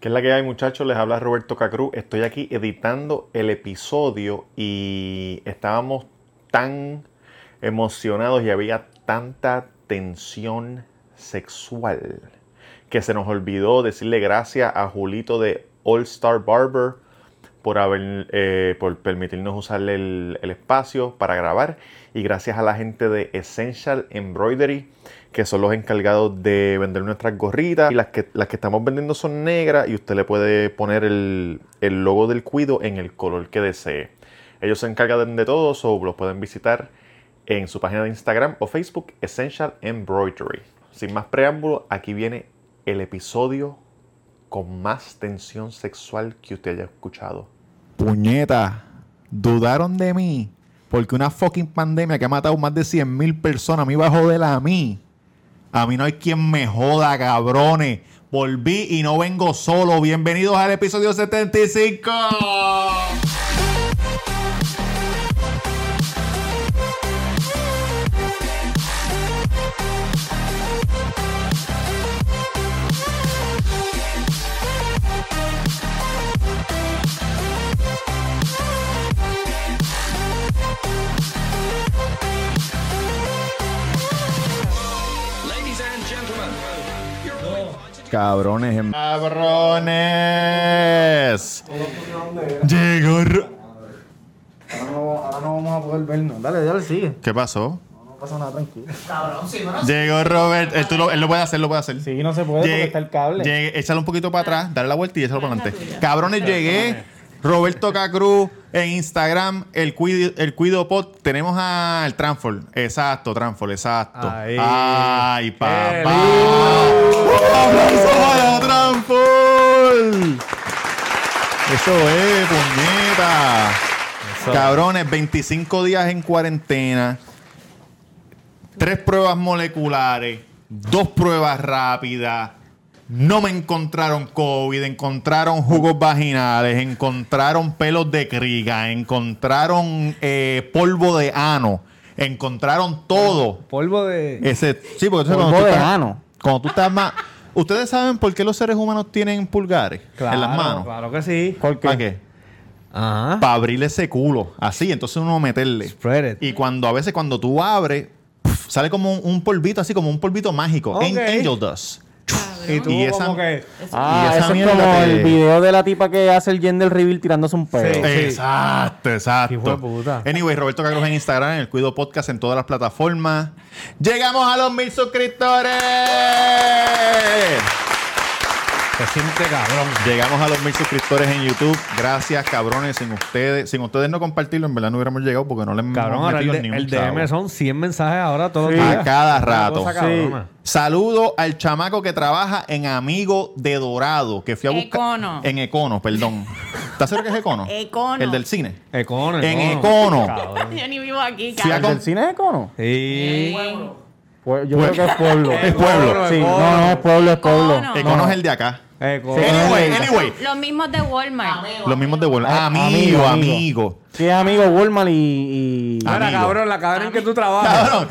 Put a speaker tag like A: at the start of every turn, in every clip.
A: ¿Qué es la que hay, muchachos? Les habla Roberto Cacruz. Estoy aquí editando el episodio y estábamos tan emocionados y había tanta tensión sexual que se nos olvidó decirle gracias a Julito de All Star Barber por, haber, eh, por permitirnos usarle el, el espacio para grabar y gracias a la gente de Essential Embroidery que son los encargados de vender nuestras gorritas. Y las que, las que estamos vendiendo son negras y usted le puede poner el, el logo del cuido en el color que desee. Ellos se encargan de todo, o los pueden visitar en su página de Instagram o Facebook, Essential Embroidery. Sin más preámbulo, aquí viene el episodio con más tensión sexual que usted haya escuchado.
B: Puñeta, dudaron de mí. Porque una fucking pandemia que ha matado más de 100.000 personas me iba a joder a mí. A mí no hay quien me joda, cabrones. Volví y no vengo solo. Bienvenidos al episodio 75. Cabrones, en- cabrones. Llegó. Ro-
C: Ahora no, ahora no vamos a poder vernos. Dale, dale, sigue.
B: ¿Qué pasó?
C: No pasa nada, tranquilo.
B: Llegó Robert. Él, tú lo, él lo puede hacer, lo puede hacer.
C: Sí, no se puede porque
B: Llegué-
C: está el cable.
B: llegué- échalo un poquito para atrás, dale la vuelta y échalo para adelante. Cabrones, llegué. Roberto Cacruz en Instagram, el Cuido, el Cuido Pod. Tenemos al Transfor. Exacto, Transfor, exacto.
D: Ahí.
B: Ay,
D: Qué
B: papá.
D: lindo.
B: ¡Un aplauso para Transfor! Eso es, puñeta. Cabrones, 25 días en cuarentena, tres pruebas moleculares, dos pruebas rápidas. No me encontraron COVID, encontraron jugos vaginales, encontraron pelos de criga, encontraron eh, polvo de ano, encontraron todo.
D: Polvo de.
B: Ese, sí, porque eso es
C: Polvo
B: cuando tú
C: de
B: estás-
C: ano.
B: Cuando tú estás más. ¿Ustedes saben por qué los seres humanos tienen pulgares en las manos?
D: Claro que sí.
C: ¿Por
B: ¿Para
C: qué?
B: qué?
D: Ajá.
B: Para abrir ese culo. Así, entonces uno meterle.
D: Spread it.
B: Y cuando a veces cuando tú abres, pf, sale como un, un polvito, así como un polvito mágico.
D: Ok.
B: En Angel Dust.
D: Y tú
B: Y
D: como
B: esa-
D: que.
C: Ah,
B: Y esa
C: eso es
B: mierda
C: como
B: te-
C: el video de la tipa que hace el gender reveal tirándose un pedo.
D: Sí.
B: Exacto, exacto.
D: Hijo de puta.
B: Anyway, Roberto Carlos en Instagram, en el Cuido Podcast, en todas las plataformas. ¡Llegamos a los mil suscriptores!
D: Se siente cabrón.
B: Llegamos a los mil suscriptores en YouTube. Gracias, cabrones. Sin ustedes, sin ustedes no compartirlo, en verdad no hubiéramos llegado porque no les hemos
D: Cabrón, ahora el,
B: metido
D: de-
B: ni un
D: el
B: chavo.
D: DM son 100 mensajes ahora todos
C: Sí.
D: los días.
B: A cada
D: Una
B: rato.
D: cosa
B: Sí.
D: cabrona.
B: Saludo al chamaco que trabaja en Amigo de Dorado, que fui a buscar.
E: Econo.
B: En Econo, perdón. ¿Estás seguro que es Econo?
E: Econo.
B: El del cine.
D: Econo,
B: En Econo.
D: Cabrón.
E: Yo ni vivo aquí,
B: Fui a
C: ¿El
E: cabrón.
B: con-
C: del cine es Econo?
D: Sí.
C: Pues, yo creo que es pueblo.
B: Es pueblo.
C: Sí,
D: Eh, Econo.
C: no, no, es pueblo, es pueblo.
E: Econo.
B: Econo es el de acá.
D: Econo.
C: Sí.
B: Anyway,
C: Econo.
B: anyway.
E: Los mismos de Walmart.
B: Los mismos de vuelo.
C: Ah,
B: Amigo, amigo.
C: Sí, es amigo Walmart y... y-
D: Ahora,
B: Amigo.
D: cabrón, la cadena en que tú trabajas.
B: Cabrón,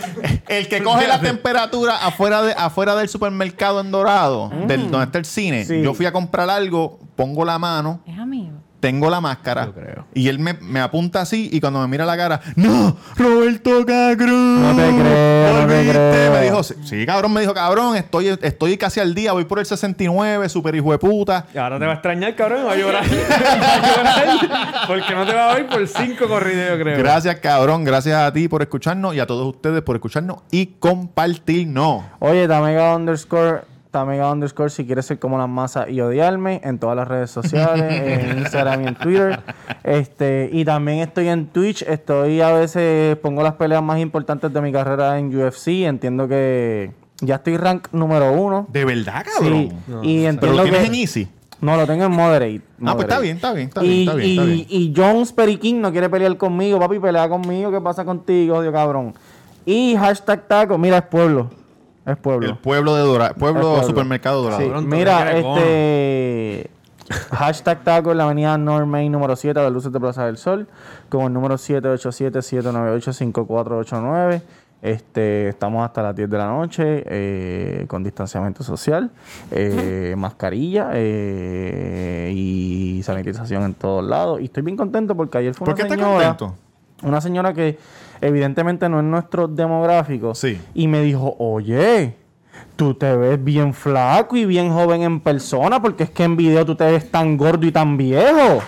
B: el que coge la temperatura afuera, de, afuera del supermercado en Dorado,
C: Mm.
B: del, donde está el cine.
C: Sí.
B: Yo fui a comprar algo, pongo la mano,
E: Es amigo.
B: tengo la máscara.
D: Yo creo.
B: Y él me, me apunta así y cuando me mira la cara, ¡No! ¡Roberto Cacruz! No
C: te creo, no te creo.
B: Me dijo, sí, sí, cabrón, me dijo, cabrón, estoy, estoy casi al día, voy por el 69, super hijo de puta.
D: Y ahora te va a extrañar, cabrón, y va a llorar. va a llorar. Porque no te va a ver por cinco corridos, yo creo.
B: Gracias, cabrón. Gracias a ti por escucharnos y a todos ustedes por escucharnos y compartirnos.
C: Oye, Tamega underscore... Tamega underscore si quieres ser como las masas y odiarme en todas las redes sociales, en Instagram y en Twitter. Este, y también estoy en Twitch, estoy a veces pongo las peleas más importantes de mi carrera en UFC, entiendo que ya estoy rank número uno.
B: De verdad,
C: Sí,
B: cabrón.
C: y entiendo
B: Pero lo tienes
C: que-
B: en Easy.
C: No, lo tengo en moderate.
B: Ah, pues
C: moderate.
B: está bien, está bien, está bien,
C: y,
B: está bien, está
C: y-
B: bien.
C: y Jones Periquín no quiere pelear conmigo, papi, pelea conmigo, ¿qué pasa contigo, odio cabrón? Y hashtag taco, mira, es pueblo. Es pueblo.
B: El pueblo de Dorado, pueblo,
C: Es pueblo.
B: supermercado
C: Sí,
B: Dorado.
D: Pronto,
C: Mira,
D: mira, cono.
C: este. Hashtag taco en la avenida Normain número 7 de Luces de Plaza del Sol con el número 787-798-5489 Este, estamos hasta las 10 de la noche eh, con distanciamiento social, eh, mascarilla eh, y sanitización en todos lados. Y estoy bien contento porque ayer fue
F: ¿Por
C: una
F: qué estás
C: señora-
F: contento?
C: Una señora que evidentemente no es nuestro demográfico.
F: Sí.
C: Y me dijo, oye, tú te ves bien flaco y bien joven en persona porque es que en video tú te ves tan gordo y tan viejo.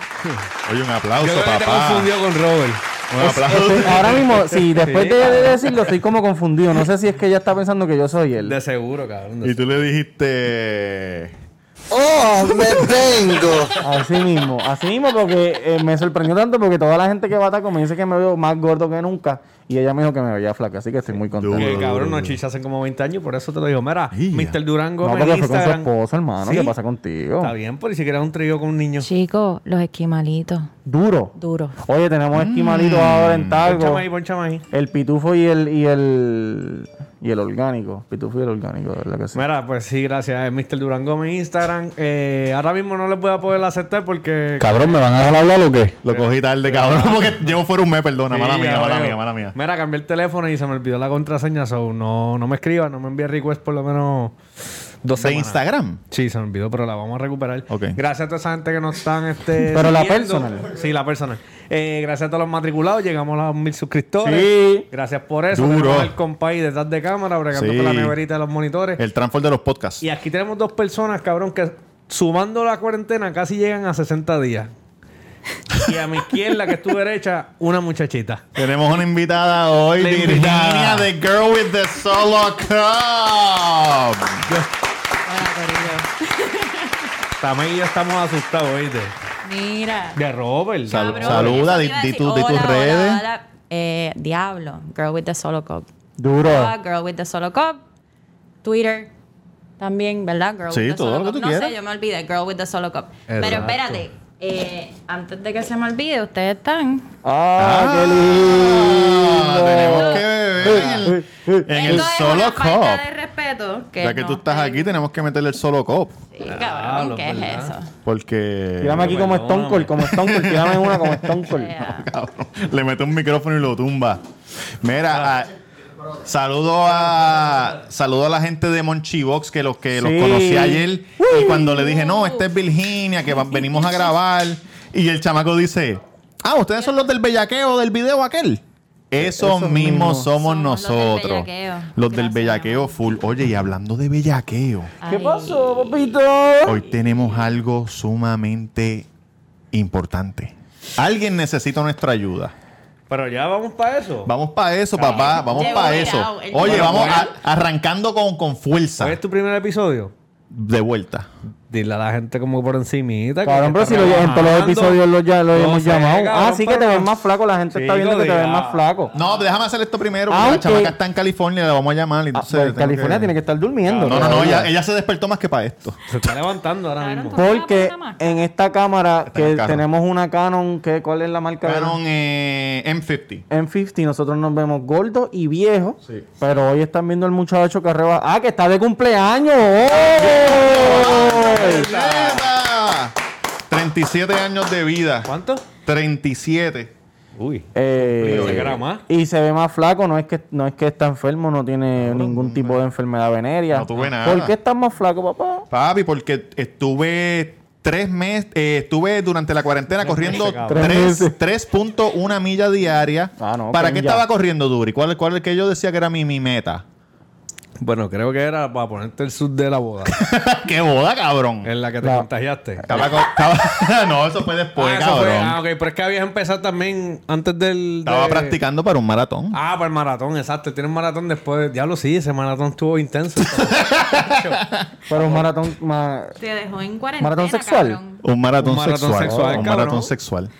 F: Oye, un
D: Yo
F: aplauso,
D: creo que te
F: papá.
D: confundió con Robert.
F: Un
D: Ah,
F: aplauso.
C: Estoy- ahora mismo, sí, después de, de decirlo, estoy como confundido. No sé si es que ella está pensando que yo soy él.
D: De seguro, cabrón. de
F: Y tú le dijiste.
G: ¡Oh, me tengo!
C: Así mismo, así mismo, porque eh, me sorprendió tanto porque toda la gente que bata me dice que me veo más gordo que nunca y ella me dijo que me veía flaca, así que estoy muy contento.
D: Que cabrón, no chichas hace como 20 años, por eso te lo digo. Mira,
F: Ya.
D: Mr. Durán
C: No,
D: Gómez
C: porque
D: en
C: fue con su
D: Instagram.
C: esposo, hermano. ¿Qué
D: Sí,
C: pasa contigo?
D: Está bien, por si quieres un trío con un niño.
E: Chicos, los esquimalitos.
C: Duro.
E: Duro.
C: Oye, tenemos
F: Mm.
C: esquimalitos ahora en Targo.
D: Ponchame ahí, ponchame ahí.
C: El pitufo y el, y el y el orgánico. Pitufo y el orgánico, de verdad que sí.
D: Mira, pues sí, gracias, eh, Mr. Durán Gómez en Instagram. Eh, ahora mismo no les voy a poder aceptar porque...
G: Cabrón, ¿me van a dejar hablar o qué?
F: Lo cogí tarde, cabrón, porque llevo fuera un mes, perdona.
D: Sí,
F: mala mía, mala
D: cabrón.
F: mía, mala mía.
D: Mira, cambié el teléfono y se me olvidó la contraseña, so no, no me escriba, no me envíe request por lo menos dos
F: ¿De
D: semanas.
F: Instagram?
D: Sí, se me olvidó, pero la vamos a recuperar.
F: Ok.
D: Gracias a toda esa gente que nos están este,
C: Pero la
D: siguiendo.
C: personal.
D: Sí, la personal. Eh, gracias a todos los matriculados. Llegamos a los mil suscriptores.
C: Sí.
D: Gracias por eso.
F: Duro.
D: Tenemos al compay detrás de cámara, bregando
F: Sí.
D: con la neverita de los monitores.
F: El transfer de los podcasts.
D: Y aquí tenemos dos personas, cabrón, que sumando la cuarentena casi llegan a 60 días. Y a mi izquierda, que es tu derecha, una muchachita.
F: Tenemos una invitada hoy,
D: La
F: Virginia,
D: invitada.
F: the girl with the solo cup.
D: También y yo estamos asustados, ¿oíste?
E: Mira.
D: De Robert.
F: Sal-
E: cabrón,
F: saluda,
E: eso
F: di-
E: te iba a
F: di
E: decir.
F: tu- di tus
E: Hola, hola,
F: redes.
E: hola. Eh, Diablo. Girl with the solo cup.
F: Oh.
C: Duro.
E: Ah, Girl with the solo cup. Twitter. También, ¿verdad? Girl
F: Sí,
E: with the
F: todo lo
E: solo
F: que
E: cup.
F: tú
E: no
F: quieras.
E: sé, yo me olvidé. Girl with the solo cup. Pero
D: Exacto.
E: espérate. eh, antes de que se me olvide, ustedes están.
C: ¡Ah, qué
F: Ah, tenemos que
C: lindo!
F: beber en el
E: Esto es
F: solo
E: una falta de
F: cup.
E: respeto. Que
F: Ya que
E: no
F: tú estás aquí, tenemos que meterle el solo cup.
E: Sí,
F: Ah,
E: cabrón, ¿qué es eso?
F: Porque
C: Tírame aquí como Stone Cold, como Stone Cold. Tírame una como Stone Cold.
E: sea,
F: Cabrón, le mete un micrófono y lo tumba.
C: Ah.
F: Mira, a- saludo a saludo a la gente de Monchibox que los que los
C: Sí.
F: conocí ayer y cuando le dije, "No, esta es Virginia que va- venimos a grabar" y el chamaco dice, "Ah, ustedes son los del bellaqueo del video aquel." Eso,
C: Eso
F: mismo
C: mismo.
F: somos
E: Somos los del
F: nosotros.
E: bellaqueo.
F: Los del
E: Gracias,
F: bellaqueo full. Oye, y hablando de bellaqueo,
C: ¿Qué
E: Ay.
C: pasó, papito?
F: Hoy tenemos algo sumamente importante. Alguien necesita nuestra ayuda.
D: Pero ya vamos para eso.
F: Vamos para eso, papá. Vamos
E: Llegó
F: para eso.
E: virado, el
F: Oye,
E: tipo.
F: vamos a- arrancando con, con fuerza.
D: ¿Hoy es tu primer episodio?
F: De vuelta.
D: Dile a la gente como por encimita. que
C: Cabrón,
D: te
C: pero
D: está
C: si lo, en todos los
D: trabajando.
C: episodios lo, ya, lo
D: No
C: hemos
D: sé,
C: llamado. ah,
D: cabrón,
C: sí que te
D: pero-
C: ves más flaco. La gente está
D: Chico,
C: viendo que te ves
D: diga.
C: más flaco.
E: Ah.
F: No, déjame hacer esto primero porque
C: Ah,
F: la
C: ok.
F: chamaca está en California, la vamos a llamar.
C: Ah,
F: Entonces,
C: pero en
F: tengo
C: California tiene que estar durmiendo.
F: No, no, no,
C: todavía.
F: ella, ella se despertó más que para esto.
D: Se está levantando ahora
E: Cabrón,
D: mismo.
E: tú-
C: Porque
E: Una marca.
C: en esta cámara
F: en
C: que
F: el carro.
C: tenemos una Canon, que, ¿cuál es la marca? de la-
F: Fueron eh, M50.
C: M50 nosotros nos vemos gordos y viejos. Pero hoy están viendo el muchacho que arreba. ¡Ah, que está de cumpleaños! ¡Oh!
F: ¡Eva! 37 años de vida.
D: ¿Cuánto?
F: 37.
D: Uy.
C: Eh,
D: Pensé que era más.
C: y se ve más flaco, no es que no es que está enfermo, no tiene ningún tipo de enfermedad venérea.
F: No tuve nada.
C: ¿Por qué estás más flaco, papá?
F: Papi, porque estuve tres meses, eh, estuve durante la cuarentena corriendo
D: meses,
C: cabrón.
F: tres-
C: Tres
F: 3.1 millas diarias.
C: Ah, no,
F: ¿Para
C: coño,
F: qué
C: ya.
F: estaba corriendo, Duri? ¿Cuál, ¿Cuál es el que yo decía que era mi, mi meta?
D: Bueno, creo que era para ponerte el sud de la boda.
F: ¡Qué boda, cabrón!
D: en la que te
C: La-
D: contagiaste.
F: Estaba co- estaba- no, eso fue después,
D: ah, eso
F: Pues, cabrón.
D: fue- ah, ok. Pero es que habías empezado también antes del...
F: Estaba
D: de-
F: practicando para un maratón.
D: Ah, para el maratón, exacto. Tiene un maratón después. de- Diablo, sí, ese maratón estuvo intenso.
C: Pero un maratón más.
E: Te dejó en cuarentena.
C: ¿Maratón sexual?
E: cabrón.
F: Un maratón,
D: Un maratón
F: sexual.
D: sexual,
F: un
D: cabrón.
F: maratón sexual.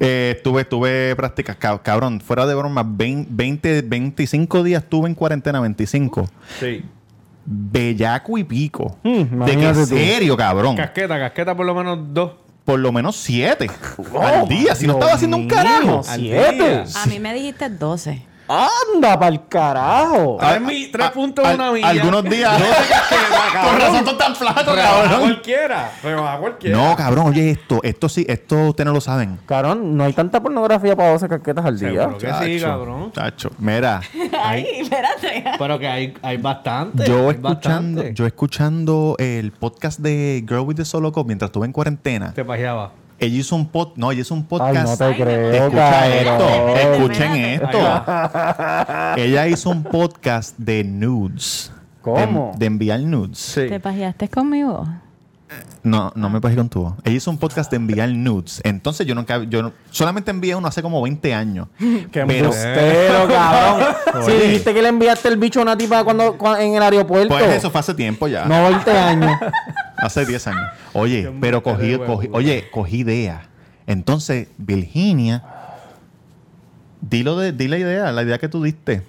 F: Eh, estuve, estuve prácticas, cab- cabrón, fuera de broma, 20, 20, 25 días estuve en cuarentena, 25.
D: sí.
F: bellaco y pico.
C: Mm,
F: de que
C: imagínate tú.
F: serio, cabrón.
D: Casqueta, casqueta por lo menos dos.
F: Por lo menos siete al día. Si no
C: Dios
F: estaba haciendo un
C: mío,
F: carajo.
D: Al
C: ¡Siete!
D: día.
E: A mí me dijiste 12.
C: ¡Anda pa'l carajo!
D: Tres mi- tres puntos, una milla.
F: Algunos días. Con razón tú tan flaco,
D: Rebaja
F: cabrón.
D: cualquiera. Rebaja cualquiera.
F: No, cabrón, oye, esto, esto sí, esto ustedes no lo saben.
C: Cabrón, no hay tanta pornografía para 12 casquetas al día.
D: Seguro que sí,
F: Chacho,
D: cabrón.
F: chacho. Mira,
E: Ay, espérate.
D: Pero que hay, hay bastante.
F: yo
D: hay
F: escuchando,
D: bastante.
F: yo escuchando el podcast de Girl with the Solo Cup mientras estuve en cuarentena,
D: Te pajeaba.
F: ella hizo un pod, no, ella hizo un
C: Ay, no
F: podcast.
C: te
E: Ay,
C: creo,
F: Escucha esto,
C: cabrón.
F: escuchen
E: Espérate.
D: Ahí
F: esto.
D: va.
F: Ella hizo un podcast de nudes. De-
C: ¿Cómo?
F: De, enviar nudes.
E: ¿Te pajeaste conmigo?
F: No, no me pasé con tu voz. Ella hizo un podcast de enviar nudes. Entonces yo nunca, yo no- solamente envié uno hace como 20 años.
C: ¡Qué
F: Pero-
C: embustero, cabrón! Si dijiste que le enviaste el bicho a una tipa cuando, cua- en el aeropuerto.
F: Pues eso fue hace tiempo ya.
C: No, 20 años.
F: Hace 10 años. Oye, pero cogí, cogí- oye, cogí idea. Entonces, Virginia, dilo de, di la idea, la idea que tú diste.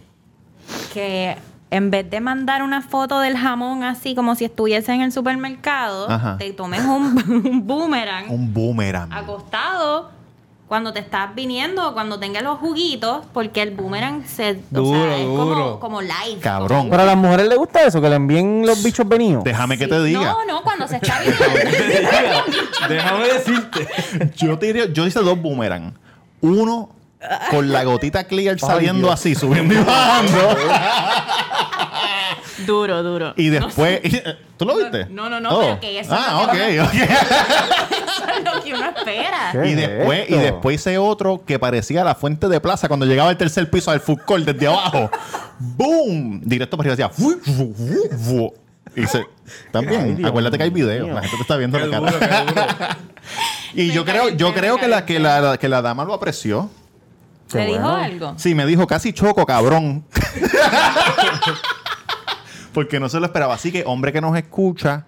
E: Que en vez de mandar una foto del jamón así como si estuviese en el supermercado,
F: Ajá.
E: te tomes un, un boomerang
F: Un boomerang.
E: acostado cuando te estás viniendo o cuando tengas los juguitos, porque el boomerang se, o
D: Duro,
E: sea, es
D: duro.
E: como, como live.
F: Cabrón.
C: Pero a las mujeres les gusta eso, que le envíen los bichos venidos.
F: Déjame que
E: Sí.
F: te diga.
E: No, no, cuando se está viniendo.
D: Déjame decirte.
F: Yo, tiré- yo hice dos boomerang. Uno con la gotita clear saliendo así, subiendo y bajando.
E: duro, duro.
F: Y después. ¿Tú lo viste?
E: no, no, no, pero que eso
F: Ah,
E: no te
F: ok, ok.
E: Eso es lo que uno espera.
C: ¿Qué
F: Y
C: es
F: después, y
C: esto?
F: después hice otro que parecía la fuente de plaza cuando llegaba al tercer piso del food court desde abajo. ¡Boom! Directo para arriba decía. Y se, también, acuérdate que hay video. La gente te está viendo la cara. Y yo creo, yo
E: calenté,
F: creo
E: me
F: que la, que la, que la dama lo apreció.
E: ¿Te
C: Qué
E: dijo
C: bueno.
E: algo?
F: Sí, me dijo casi choco, cabrón. Porque no se lo esperaba. Así que, hombre que nos escucha,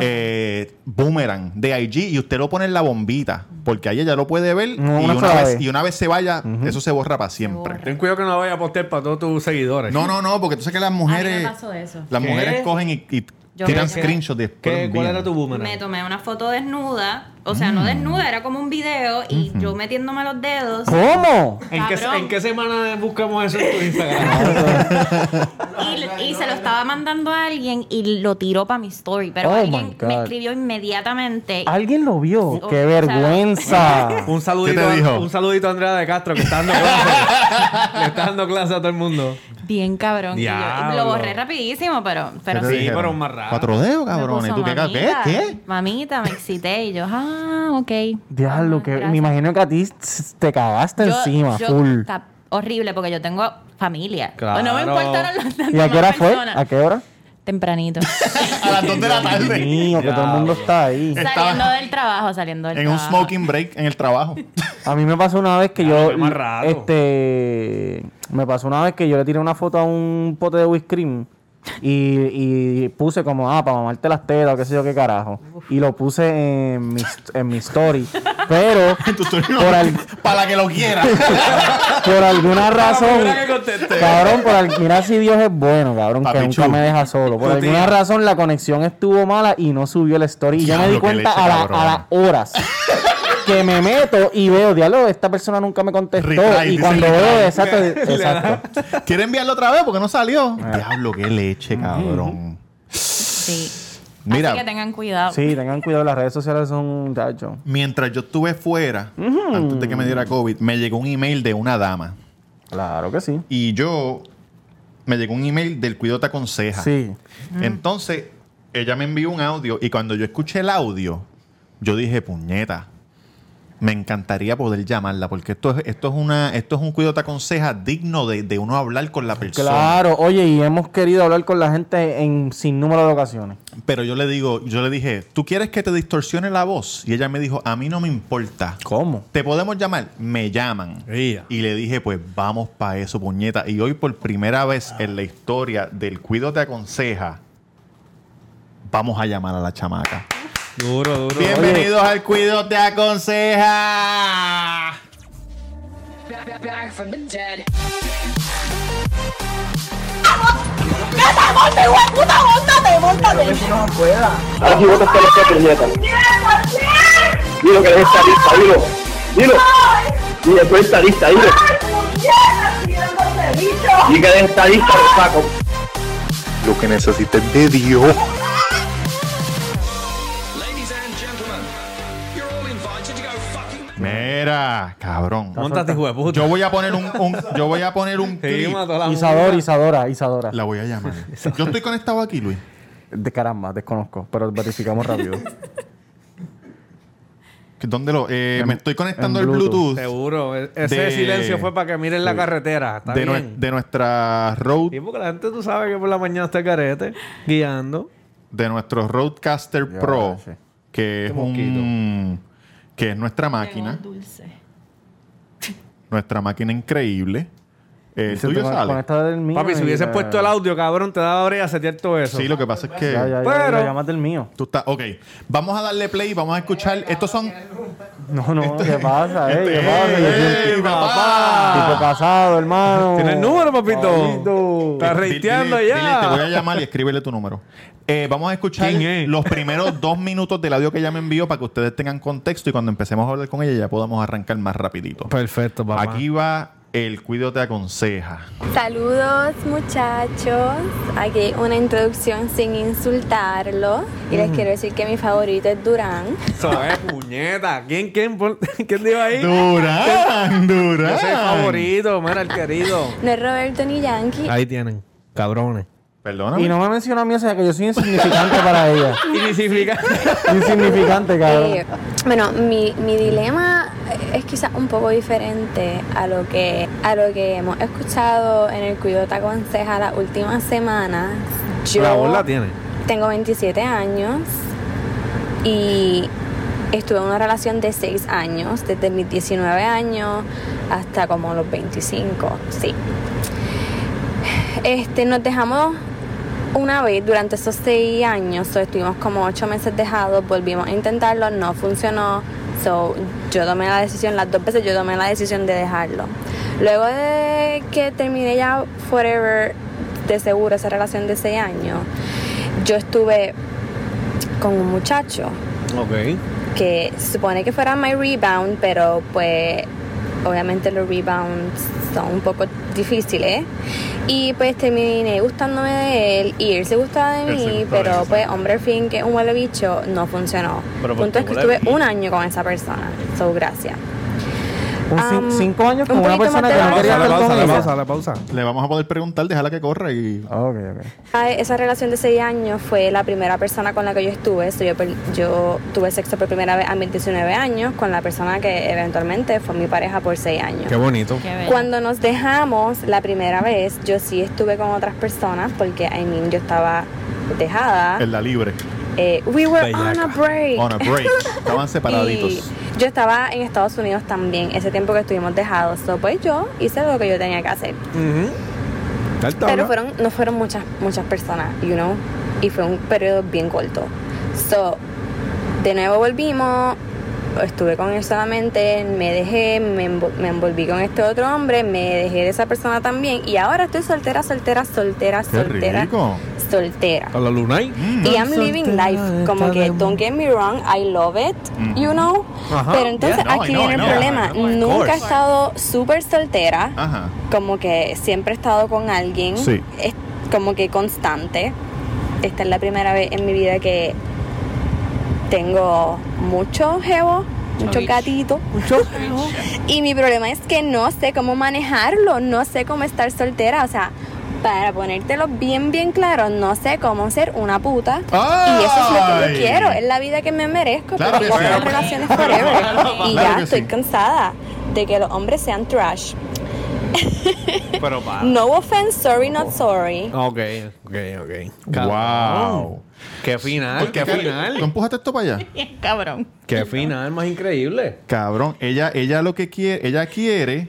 F: eh, boomerang de IG y usted lo pone en la bombita. Porque ahí ella lo puede ver
C: No,
F: y, una
C: una sola
F: vez,
C: vez.
F: y una vez se vaya, eso se borra para siempre.
E: borra.
D: Ten cuidado que no vaya a postear para todos tus seguidores.
F: No, no, no, porque tú sabes que las mujeres.
E: A mí me pasó eso.
F: Las
D: ¿Qué?
F: mujeres cogen y, y
E: Yo
F: tiran
E: me- yo-
F: screenshots
D: ¿Qué-
F: después. lo envían.
D: ¿Cuál era tu
E: Me
D: boomerang?
E: tomé una foto desnuda, o sea,
F: Mm.
E: no desnuda, era como un video y yo metiéndome los dedos
C: ¿Cómo?
D: ¿En qué,
E: Cabrón.
D: ¿En qué semana buscamos eso en tu Instagram?
E: y, y se lo estaba mandando a alguien y lo tiró para mi story, pero
C: Oh, my
E: alguien
C: God.
E: me escribió inmediatamente.
C: ¿Alguien lo vio?
E: Oh,
C: ¡Qué
E: o sea-
C: vergüenza!
D: un saludito,
F: ¿Qué te
D: a-
F: dijo?
D: un saludito a Andrea de Castro que está dando clase. Le está dando clase a todo el mundo.
E: Bien cabrón. y yo-
D: Diablo.
E: lo borré rapidísimo, pero, pero
F: ¿Qué te
E: sí.
F: dijeron?
D: pero más raro.
F: Cuatro dedos,
E: Me
F: cabrón. ¿Y
E: puso,
F: tú qué? ca- ¿Qué?
E: "Mamita,
F: ¿Qué?
E: Mamita, me excité y yo, ah, ok.
C: Diablo,
E: Ah,
C: que
E: gracias.
C: me imagino que a ti s- te cagaste
E: Yo-
C: encima,
E: yo-
C: full.
E: está horrible porque yo tengo familia. Pues
D: Claro.
E: No me importaron las
C: ¿Y a qué hora
E: demás
C: fue?
E: personas.
C: ¿A qué hora?
E: Tempranito.
F: A las dos de la tarde.
C: Mío, que todo el mundo
D: Diablo.
C: está ahí.
E: saliendo del trabajo, saliendo del
F: En un
E: trabajo.
F: smoking break en el trabajo.
C: A mí me pasó una vez que
D: Claro,
C: yo.
D: más raro.
C: Este. Me pasó una vez que yo le tiré una foto a un pote de whisky cream y, y puse como, ah, para mamarte las tetas o qué sé yo qué carajo. Y lo puse en mi, en mi story. Pero.
F: Tu story no-
C: por, al-
F: para la que lo quiera.
C: por alguna razón.
D: primera que conteste.
C: Cabrón, por al- mira si Dios es bueno, cabrón,
F: Este, Papi
C: que nunca
F: Chu.
C: me deja solo. Por
F: Tu
C: alguna
F: tía.
C: razón la conexión estuvo mala y no subió el story. Y yo me
F: Diablo,
C: di
F: qué
C: cuenta
F: leche,
C: a, la-
F: cabrón.
C: a las horas que me meto y veo, diálogo, esta persona nunca me contestó.
F: Retry,
C: y
F: dice
C: cuando
F: retry.
C: veo, exacto,
D: Le- le
C: exacto.
F: ¿Quiere enviarlo otra vez? Porque no salió.
C: Ah.
F: Diablo, qué leche, cabrón.
E: Sí.
F: Mira.
E: Así que tengan cuidado.
C: Sí, tengan cuidado, las redes sociales son un chacho.
F: Mientras yo estuve fuera, antes de que me diera COVID, me llegó un email de una dama.
C: Claro que sí.
F: Y yo, me llegó un email del Cuido te aconseja.
C: Sí.
F: Entonces, ella me envió un audio y cuando yo escuché el audio, yo dije, puñeta, me encantaría poder llamarla porque esto es, esto es, una, esto es un Cuido te aconseja digno de, de uno hablar con la persona.
C: Claro, oye, y hemos querido hablar con la gente en sin número de ocasiones.
F: Pero yo le digo, yo le dije, ¿tú quieres que te distorsione la voz? Y ella me dijo, a mí no me importa.
C: ¿Cómo?
F: ¿Te podemos llamar? Me llaman.
D: Ea.
F: Y le dije, pues vamos para eso, puñeta. Y hoy por primera vez en la historia del Cuido te aconseja, vamos a llamar a la chamaca.
D: Duro, duro.
F: Bienvenidos al Cuido te aconseja.
H: Ahora sí votas por esta puñeta. Dilo que eres estadista, dilo. Dilo. Y después estadista, dilo.
I: ¡Ay, puñeta, tío, no sé!
H: Y que de estadista lo saco.
B: Lo que necesites de Dios.
F: Mira, cabrón.
D: Móntate, hijo de puta.
F: Yo voy a poner un, un- yo voy a poner un
D: Sí,
F: clip.
D: mató a la
C: Isadora,
D: mujer.
C: Isadora, Isadora.
F: La voy a llamar. Yo estoy conectado aquí, Luis.
C: De caramba, desconozco, pero verificamos rápido.
F: ¿Dónde lo? eh,
C: En-
F: me estoy conectando
C: en
F: al Bluetooth,
D: Seguro. E- Ese
F: De-
D: silencio fue para que miren la carretera. Está
F: de, nue-
D: bien.
F: de nuestra road,
D: Sí, porque la gente tú sabes que por la mañana está el carete guiando.
F: de nuestro Roadcaster
C: Ya,
F: Pro,
C: sí.
F: que es
D: mosquito.
F: un, que es nuestra máquina,
E: Dulce.
F: nuestra máquina increíble. Eh, ¿El
C: Se
F: tuyo
C: te
F: sale?
C: conecta del mío
D: Papi, si
C: y
D: hubieses
C: la-
D: puesto el audio, cabrón, te daba brea setear todo eso.
F: Sí, lo que pasa es que
C: Ya, ya, ya,
D: Pero-
C: la llamas del mío.
F: tú estás, ok. Vamos a darle play, vamos a escuchar. Estos son
C: No, no, ¿qué pasa, eh? ¿Qué
F: ¡Ey,
C: pasa? Yo soy
F: ey,
C: un tipo
F: papá!
C: casado, hermano.
D: Tiene el número, Oh, papito.
C: Papito.
D: Está
F: Dile-
D: reiteando
F: dile- dile, te voy a
D: ya.
F: llamar y escríbele tu número. Eh, vamos a escuchar
D: ¿Quién es?
F: los primeros dos minutos del audio que ella me envió para que ustedes tengan contexto y cuando empecemos a hablar con ella ya podamos arrancar más rapidito.
D: Perfecto, papá.
F: Aquí va el cuido te aconseja.
I: Saludos muchachos, aquí una introducción sin insultarlo y les quiero decir que mi favorito es Durán.
D: Eso es, puñeta. ¿Quién, quién, pon- ¿quién dijo ahí?
F: Durán, Durán.
D: Ese es el favorito, mira, el querido.
I: No es Roberto ni Yankee,
D: Ahí tienen, cabrones.
F: Perdóname.
C: Y no me menciona a mí, o sea que yo soy insignificante para ella.
D: Y ni si flica-
C: Insignificante,
D: Ah.
I: Eh,
C: cabrón.
I: bueno, mi, mi dilema es quizás un poco diferente a lo que a lo que hemos escuchado en el Cuidota Aconseja las últimas semanas. Yo
D: La voz la tiene.
I: tengo 27 años y estuve en una relación de 6 años, desde mis 19 años hasta como los 25, sí. Este, nos dejamos una vez durante esos seis años, so, estuvimos como ocho meses dejados, volvimos a intentarlo, no funcionó. So, yo tomé la decisión, las dos veces yo tomé la decisión de dejarlo. Luego de que terminé ya forever, de seguro, esa relación de seis años, yo estuve con un muchacho
D: Ok.
I: que se supone que fuera my rebound, pero pues obviamente los rebounds son un poco difíciles. Y pues terminé gustándome de él y él se gustaba de
F: Él se
I: mí,
F: gustaba de
I: pero
F: él,
I: pues hombre al fin que es un huele bicho no funcionó.
B: Pero ¿por qué
I: Punto es que
B: huele
I: estuve un año con esa persona. So gracias.
C: Un cin-
I: um,
C: cinco años con
I: un
C: una
I: poquito
C: persona
I: más
C: que
I: de
C: no
I: edad.
C: quería
D: Pausa, la
C: estar
D: pausa,
C: con
D: la
C: ella.
D: pausa, la pausa.
F: Le vamos a poder preguntar, déjala que corra y.
C: Ok, ok.
I: Ah, Esa relación de seis años fue la primera persona con la que yo estuve. So, yo, per- yo tuve sexo por primera vez a mis 19 años con la persona que eventualmente fue mi pareja por seis años.
D: bonito.
E: Qué bello.
I: Cuando nos dejamos la primera vez, yo sí estuve con otras personas porque, I mean, yo estaba dejada.
F: En la libre.
I: Eh, we were on
D: Bellaca.
I: a break.
F: On a break. Estaban
I: Y
F: separaditos.
I: yo estaba en Estados Unidos también, ese tiempo que estuvimos dejados. So, pues yo hice lo que yo tenía que hacer. Pero fueron, no fueron muchas, muchas personas, you know. Y fue un periodo bien corto. So, de nuevo volvimos. Estuve con él solamente, me dejé, me, envo- me envolví con este otro hombre, me dejé de esa persona también. Y ahora estoy soltera, soltera, soltera,
F: Qué
I: soltera,
F: rico.
I: soltera.
D: A la Lunay.
I: Y I'm living life, como que don't get me wrong, I love it, you know.
D: Ajá,
I: Pero entonces
F: Mm. yeah, no,
I: aquí
F: I know,
I: viene
F: I
I: el
F: know,
I: problema.
F: I know, of
I: Nunca he
F: course.
I: estado súper soltera
F: Ajá.
I: como que siempre he estado con alguien,
F: Sí.
I: es como que constante. Esta es la primera vez en mi vida que tengo muchos jevos, muchos
E: Uy.
I: gatitos. y mi problema es que no sé cómo manejarlo, no sé cómo estar soltera, o sea, para ponértelo bien, bien claro, no sé cómo ser una puta. Y eso es lo que
F: ¡Ay!
I: yo quiero, es la vida que me merezco,
F: Claro
I: porque
F: que
I: yo
F: sí.
I: quiero relaciones forever. y
F: claro
I: ya
F: que
I: estoy
F: sí.
I: cansada de que los hombres sean trash.
D: Pero para.
I: No offense, sorry, not sorry.
D: Ok, ok, ok.
F: Wow.
D: Qué final, qué
F: Porque, ¿Tú
D: Oh. final.
F: empujaste esto para allá?
E: Bien, cabrón.
D: Qué final más increíble.
F: Cabrón, ella, ella lo que quiere, ella quiere.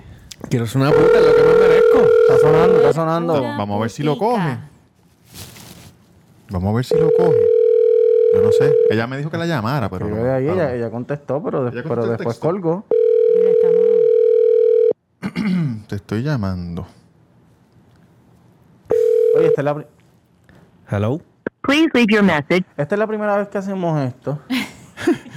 D: Quiero ser una puta, es lo que me merezco.
C: Está sonando, está
E: Una
C: sonando.
F: Vamos a ver si lo coge.
E: putica.
F: Vamos a ver si lo coge. Yo no sé. Ella me dijo que la llamara, pero.
C: Yo
F: no.
C: de ahí,
F: Ah,
C: ella, ella contestó, pero, des-
F: Ella
C: pero
F: contestó el
C: después
F: texto.
C: colgó.
E: Mira, estamos-
F: Te estoy llamando.
C: Oye, esta es la, pri-
D: Hello.
J: Please leave your message.
C: esta es la primera vez que hacemos esto.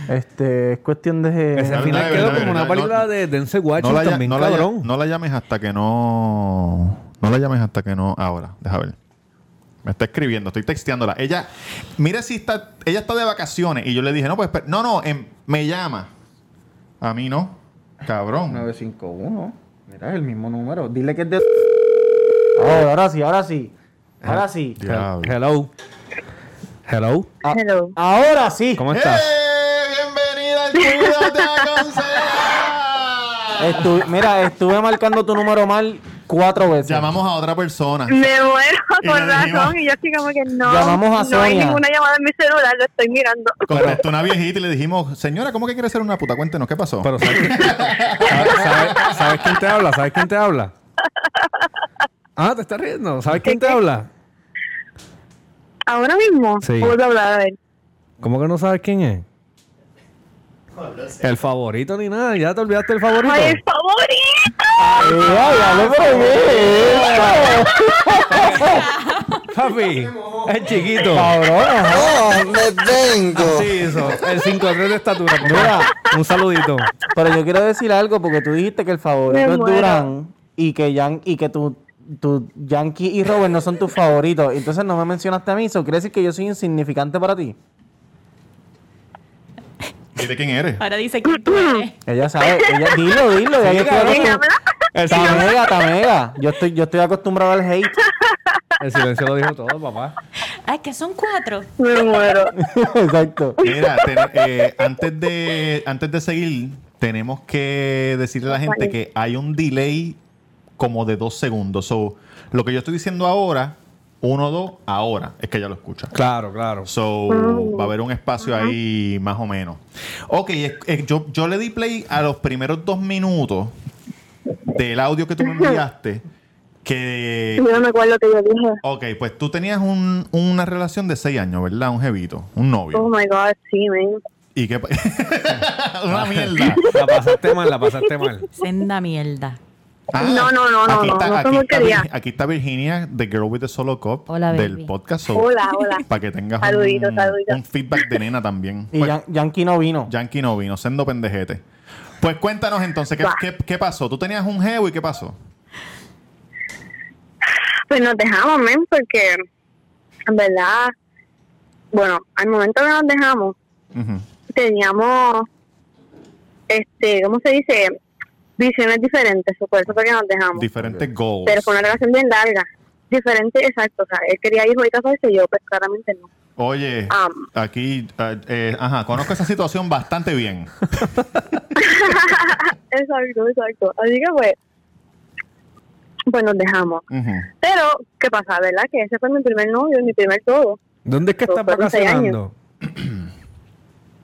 C: este, es cuestión de...
D: Ese
F: no,
D: final
F: no,
D: quedó
F: no,
D: como
F: no,
D: una
F: no,
D: película
F: no.
D: de Denzel
F: No
D: Washington
F: la, lla-
D: también,
F: no la lla-
D: cabrón.
F: no la llames hasta que no.
B: No la llames hasta que no. Ahora, deja ver. Me está escribiendo, estoy texteándola. Ella, mire si está, ella está de vacaciones. Y yo le dije, no, pues, espera. no, no, em, me llama. A mí no. Cabrón.
C: 951. Mira, es el mismo número. Dile que es de. Oh, ahora sí, ahora sí. Ahora sí.
B: Diablo.
D: Hello. Hello.
B: Ah.
K: Hello.
C: Ahora sí.
D: ¿Cómo
B: ¡Eh!
D: estás?
B: Bienvenida al Cuídate con Sera.
C: Estu- mira, estuve marcando tu número mal cuatro veces.
B: Llamamos a otra persona.
J: Me muero
B: Y
J: por
B: le dijimos-
J: razón y yo así como que no.
C: Llamamos a
J: No hay
C: Sonia.
J: ninguna llamada en mi celular, lo estoy mirando.
B: Contestó una viejita y le dijimos, señora, ¿cómo que quiere ser una puta? Cuéntenos, ¿qué pasó?
D: Pero ¿sabes, quién- ¿sabes, sabes- sabes quién te habla? ¿Sabes quién te habla? Ah, te estás riendo. ¿Sabes quién te habla?
J: Ahora mismo,
D: Sí.
J: vamos a hablar a ver.
D: ¿Cómo que no sabes quién es? El favorito ni nada. ¿Ya te olvidaste el favorito?
J: ¡Ay, el favorito!
D: Papi, es chiquito.
L: ¡Oh, me vengo!
D: Sí, eso. El 5'3 de estatura.
C: Mira.
D: un saludito.
C: Pero yo quiero decir algo porque tú dijiste que el favorito
J: Me
C: es
J: muero.
C: Durán y que, Yan y que tu, tu Yankee y Robert no son tus favoritos. Entonces no me mencionaste a mí. Eso quiere decir que yo soy insignificante para ti.
B: ¿Y de quién eres?
E: Ahora dice que tú eres.
C: Ella sabe. Ella, dilo, dilo. ya yo estoy
J: ¿Quién
C: acostum-
J: habla?
C: Tamega, tamega. Yo estoy, yo estoy acostumbrado al hate.
D: El silencio lo dijo todo, papá.
E: Ay, que son cuatro.
J: Me muero.
C: Exacto.
B: Mira, ten- eh, antes, de, antes de seguir, tenemos que decirle a la gente que hay un delay como de dos segundos. So, lo que yo estoy diciendo ahora, uno, dos, ahora, es que ya lo escucha.
D: Claro, claro.
B: So,
J: Oh.
B: va a haber un espacio ahí más o menos. Ok, es- es- yo, yo le di play a los primeros dos minutos del audio que tú me enviaste. Que.
J: Yo no me acuerdo que yo dije.
B: Ok, pues tú tenías un- una relación de seis años, ¿verdad? Un jevito, un novio.
J: Oh my god, sí, man.
B: ¿Y qué pa- Una mierda.
D: La pasaste mal, la pasaste mal.
E: Senda mierda.
J: No, no, no, no,
B: Ah. aquí
J: no,
B: está,
J: no
B: aquí,
J: somos
B: está
J: quería.
B: Virgi- aquí está Virginia, The Girl with the Solo Cup,
E: Hola,
B: del
E: baby.
B: podcast.
J: Hola, hola.
B: Para que tengas
J: Saluditos,
B: un,
J: saluditos.
B: un feedback de nena también.
C: Y
B: Pues,
C: Yan- Yankee no vino.
B: Yankee no vino, sendo pendejete. Pues cuéntanos entonces, ¿qué,
J: Va.
B: qué, qué pasó? ¿Tú tenías un jevo y qué pasó?
J: Pues nos dejamos, men, porque en verdad, bueno, al momento que nos dejamos,
B: Ujú.
J: teníamos, este, ¿cómo se dice? Visiones diferentes, por eso fue que nos dejamos.
B: Diferentes goals.
J: Pero fue una relación bien larga. Diferente, exacto. O sea, él quería hijo y casarse y yo, pues claramente no.
B: Oye,
J: Am.
B: aquí, ah, eh, ajá, conozco esa situación bastante bien.
J: Exacto, exacto. Así que pues, pues nos dejamos.
F: Mm.
B: Ujú.
J: Pero, ¿qué pasa? ¿Verdad? Que ese fue mi primer novio, mi primer todo.
D: ¿Dónde es que estás
J: Fueron seis años.
D: vacacionando?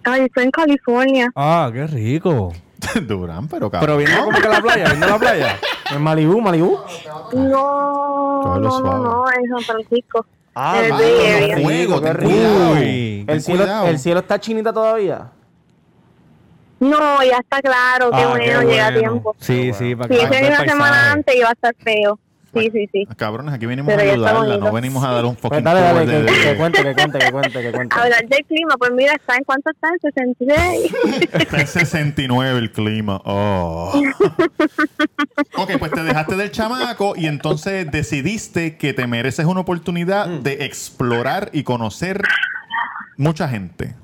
J: Ay, fue en California.
D: Ah, qué rico.
B: Durán, pero
D: Pero
B: cabrón.
D: viendo como que a la playa, viendo a la playa.
C: En Malibú, Malibú.
J: No,
B: Habla
J: no, no,
B: suave.
J: no, en San Francisco.
C: Ah,
J: En el
B: Ah,
J: Bay
B: los
J: Area.
B: juegos,
C: Qué
B: ten
C: rico.
B: cuidado,
D: Uy.
B: ten
C: El cielo,
B: cuidado.
C: el cielo está chinita todavía.
J: No, ya está claro, qué
D: Ah,
J: bueno,
D: qué
J: llega a
D: bueno.
J: tiempo.
D: Sí, sí, para
J: Si
D: que
J: sí,
D: veas
J: ese
D: el
J: una semana
D: paisaje.
J: antes iba a estar feo. Sí, sí, sí.
B: Cabrones, aquí venimos
J: Pero
B: a
J: ya está
B: ayudarla, no
J: bonito.
B: venimos a dar un poquito
C: Pues dale, dale,
B: de,
C: que, que
B: de-
C: cuente, que cuente, que cuente, que cuente.
J: Hablar del clima, pues mira, está en cuánto está, en 66.
B: Está en 69 el clima. Oh. ok, pues te dejaste del chamaco y entonces decidiste que te mereces una oportunidad de explorar y conocer mucha gente.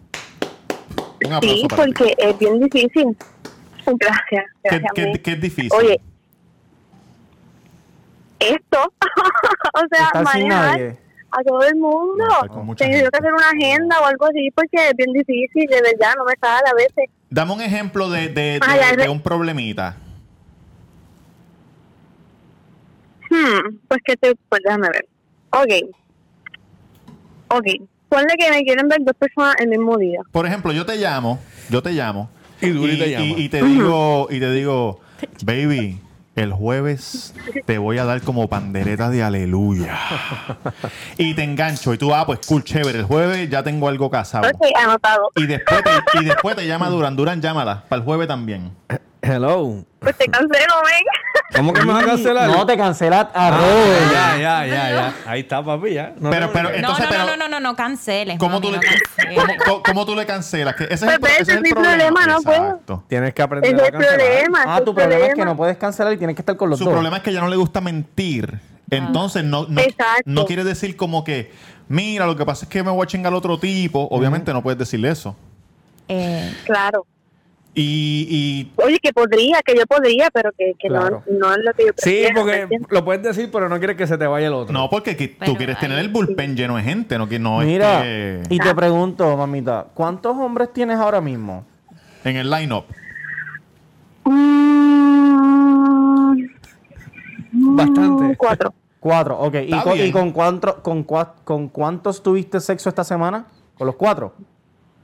B: Un aplauso
J: sí,
B: para ti.
J: porque es bien difícil. Gracias,
B: ¿Qué,
J: gracias.
B: qué-
J: mi-
B: qué es difícil?
J: Oye, esto, o sea,
C: Estar sin
J: manejar
C: nadie.
J: a todo el mundo.
B: No, estar con mucha
J: Tengo
B: gente.
J: que hacer una agenda o algo así porque es bien difícil, de verdad, no me sale a veces.
B: Dame un ejemplo de, de- de-
J: Ay, ay,
B: de
J: re-
B: un problemita.
J: Hmm, pues que te, pues déjame ver. Ok. Ok. Ponle que me quieren ver dos personas el mismo día.
B: Por ejemplo, yo te llamo, yo te llamo
D: Y Duri te llama.
B: y te digo, Oh, y te digo, baby, el jueves te voy a dar como pandereta de aleluya. Y te engancho y tú, ah, pues cool, chévere, el jueves ya tengo algo casado.
J: Ok, anotado.
B: Y después te, y después te llama Durán, Durán, llámala para el jueves también.
D: Hello.
J: Pues te cancelo, ven.
D: ¿Cómo que me vas a cancelar?
C: No te cancelas a
D: Ah,
C: Robert.
D: ya, ya, ya, ya. Ahí está, papi, ya. No
B: Pero-
D: te-
B: pero- Entonces,
E: no, no,
B: pero-
E: no, no, no, no canceles.
B: ¿Cómo
E: mami,
B: tú, le,
E: no canceles.
B: cómo- cómo- cómo tú le cancelas? Que ese es el,
J: Pues
B: pro- ese
J: ese
B: es el
J: es mi
B: problema.
J: problema, no puedo.
B: Exacto.
D: Tienes que
J: Ese
D: aprender
J: es
D: a
J: el
D: cancelar.
J: problema.
C: Ah,
J: ese
C: tu problema es que no puedes cancelar y tienes que estar con los
B: Su
C: dos.
B: problema es que ella no le gusta mentir.
F: Entonces, no, no,
J: Exacto.
F: no quieres decir como que, mira, lo que pasa es que me voy a chingar al otro tipo. Obviamente no puedes decirle eso.
E: Eh,
J: Claro.
F: Y, y
J: Oye, que podría, que yo podría, pero que, que
D: Claro.
J: no, no es lo que yo
D: Sí,
J: prefiero, ¿me
D: porque
J: entiendes?
D: lo puedes decir, pero no quieres que se te vaya el otro.
F: no, porque qui- tú
E: Pero
F: quieres
E: ahí-
F: tener el bullpen lleno de gente, no que no
C: Mira,
F: esté
C: y te pregunto, mamita, ¿cuántos hombres tienes ahora mismo?
F: en el lineup.
J: Mm,
D: Bastante.
J: Cuatro.
C: Cuatro, ok. ¿Y,
F: Está
C: con,
F: bien.
C: y con, cuatro, con, cua- con cuántos tuviste sexo esta semana? ¿Con los cuatro?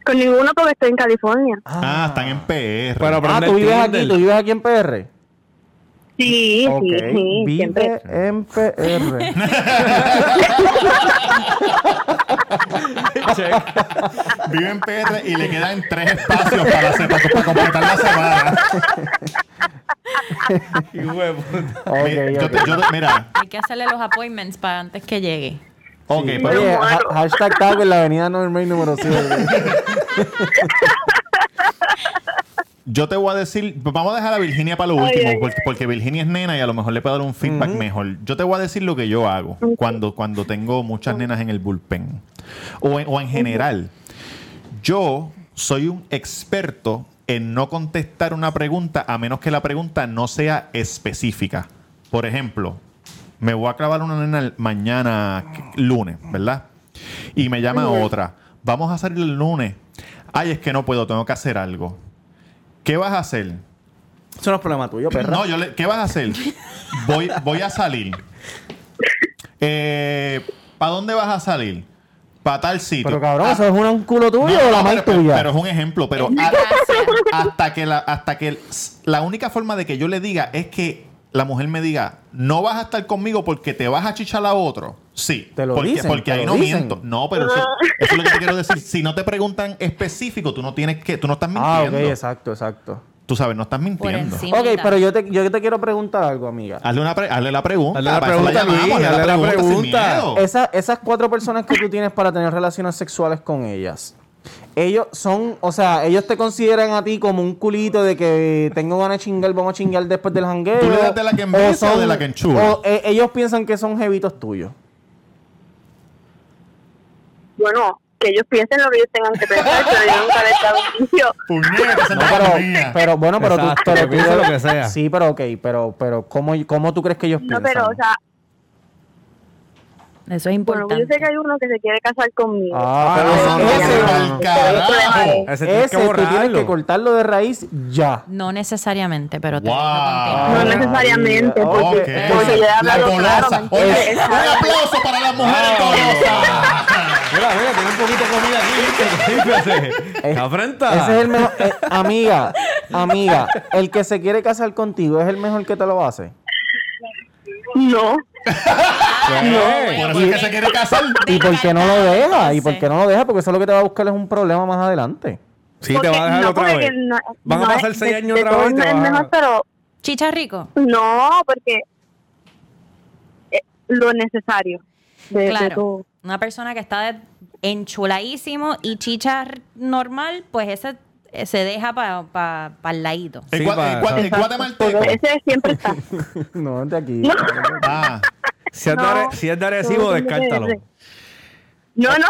J: Con ninguno porque estoy en California.
F: Ah, están en PR.
D: Pero
C: Ah,
D: aprende
C: tú
D: el
C: vives
D: Tinder.
C: aquí, tú vives aquí en PR.
J: Sí,
C: Ok,
J: sí, sí,
C: vive
J: siempre.
C: en PR.
F: Vive en PR y le quedan tres espacios para, hacer- para- para completar la semana.
D: Y huevo. puta.
C: Ok,
F: Mi- yo
C: ok.
F: te- yo te- mira,
E: hay que hacerle los appointments para antes que llegue.
F: ok,
C: Sí.
B: pues
F: pero
C: Oye,
J: Pero
C: ha-
J: bueno.
C: hashtag tag en la avenida Normal número 7.
F: yo te voy a decir, vamos a dejar a Virginia para lo
J: Ay,
F: último,
J: ay, ay.
F: porque, porque Virginia es nena y a lo mejor le puedo dar un feedback mejor. Yo te voy a decir lo que yo hago cuando, cuando tengo muchas nenas en el bullpen o en, o en general. Yo soy un experto en no contestar una pregunta a menos que la pregunta no sea específica. Por ejemplo, me voy a clavar una nena el- mañana que- lunes, ¿verdad? Y me llama otra. Vamos a salir el lunes. Ay, es que no puedo, tengo que hacer algo. ¿Qué vas a hacer?
C: Eso no es problema tuyo, perra.
F: No, yo le- ¿qué vas a hacer? Voy, voy a salir. ¿Para dónde vas a salir? Para tal sitio.
C: Pero cabrón,
F: Ah,
C: ¿eso es una- un culo tuyo
F: no,
C: o la
F: no,
C: madre
F: pero, pero-
C: tuya?
F: pero es un ejemplo, pero
E: Es
F: a-
E: gracia.
F: hasta que la hasta que el- la única forma de que yo le diga es que la mujer me diga, "No vas a estar conmigo porque te vas a chichar a otro." Sí,
C: Te lo
F: porque
C: dicen,
F: porque
C: te
F: ahí
C: lo
F: no
C: dicen.
F: miento. No, pero eso, eso es lo que te quiero decir, si no te preguntan específico, tú no tienes que tú no estás
C: ah, ok,
F: mintiendo.
C: exacto, exacto.
F: Tú sabes, no estás
E: Por
F: mintiendo.
E: encima.
C: Ok, pero yo te, yo te quiero preguntar algo, amiga.
F: Hazle, una pre- hazle la pregunta.
D: Hazle la
F: para eso
D: pregunta,
F: llamamos,
D: Luis, hazle la
F: sin
D: pregunta.
F: miedo.
C: Esa- esas cuatro personas que tú tienes para tener relaciones sexuales con ellas, ellos son, o sea, ellos te consideran a ti como un culito de que tengo ganas de chingar, vamos a chingar después del jangueo.
F: ¿Tú le das de la que embesa o de la que enchula?
C: o, eh, ellos piensan que son jevitos tuyos.
J: Bueno, que ellos piensen lo que ellos tengan que pensar, pero yo nunca les he dado un juicio.
F: Puñeta, esa
C: No,
F: es la
C: pero,
F: mía.
C: pero bueno, pero
D: Exacto,
C: tú, pero
D: que piensen
C: tú-
D: lo que sea.
C: Sí, pero ok, pero, pero ¿cómo, ¿cómo tú crees que ellos
J: No,
C: piensan?
J: pero, o sea,
E: Eso es
J: bueno, pues yo
E: importante.
J: sé que hay uno que se quiere casar conmigo.
C: Ah,
J: Pero
C: pero
J: eso
C: ese-
J: ya
C: ese-
J: no-
F: al
J: pero el problema
F: carajo.
J: es-
D: Ese tienes
C: Ese
D: que
C: tú tienes
D: borrarlo.
C: que cortarlo de raíz ya.
E: No necesariamente, pero te
F: Wow.
J: No
E: dejo
F: Ay,
J: necesariamente,
C: ok.
J: porque,
F: Ok.
J: porque yo he
F: La
J: hablado claro,
F: golosa.
J: ¿me
F: Oye,
J: entiendes?
F: un aplauso para las mujeres golosas.
D: Mira, mira, tiene un poquito de comida aquí. ¿viste?
C: Eh,
D: Afrenta.
C: Ese es el mejor. eh, amiga, amiga, el que se quiere casar contigo es el mejor que te lo hace.
J: No,
D: Eh,
F: Por eso es que se quiere casar.
C: ¿Y por qué no lo deja? ¿Y
E: Ese.
C: por qué no lo deja? Porque eso lo que te va a buscar es un problema más adelante.
D: Sí, te
J: porque-
D: va a dejar
J: no,
D: otra
J: porque
D: vez.
J: no-
D: Van a
J: no,
D: pasar
J: de-
D: seis años
J: de
D: otra vez.
J: todos
D: y te
J: Es
D: vas a-
J: mejor, pero
E: Chicha rico.
J: no, porque eh, lo necesario. de- de
E: Claro.
J: tu-
E: Una persona que está de- enchuladísimo y chicha r- normal, pues ese eh, se deja para el ladito.
F: El
D: Sí,
F: cua-
D: para-
F: el cua- el
J: Exacto,
F: guatemalteco.
J: porque Ese siempre está.
C: No, de aquí.
F: Ah,
D: Si es de
J: No.
D: Are- si es de Arecibo,
J: No,
D: descártalo.
J: No, no.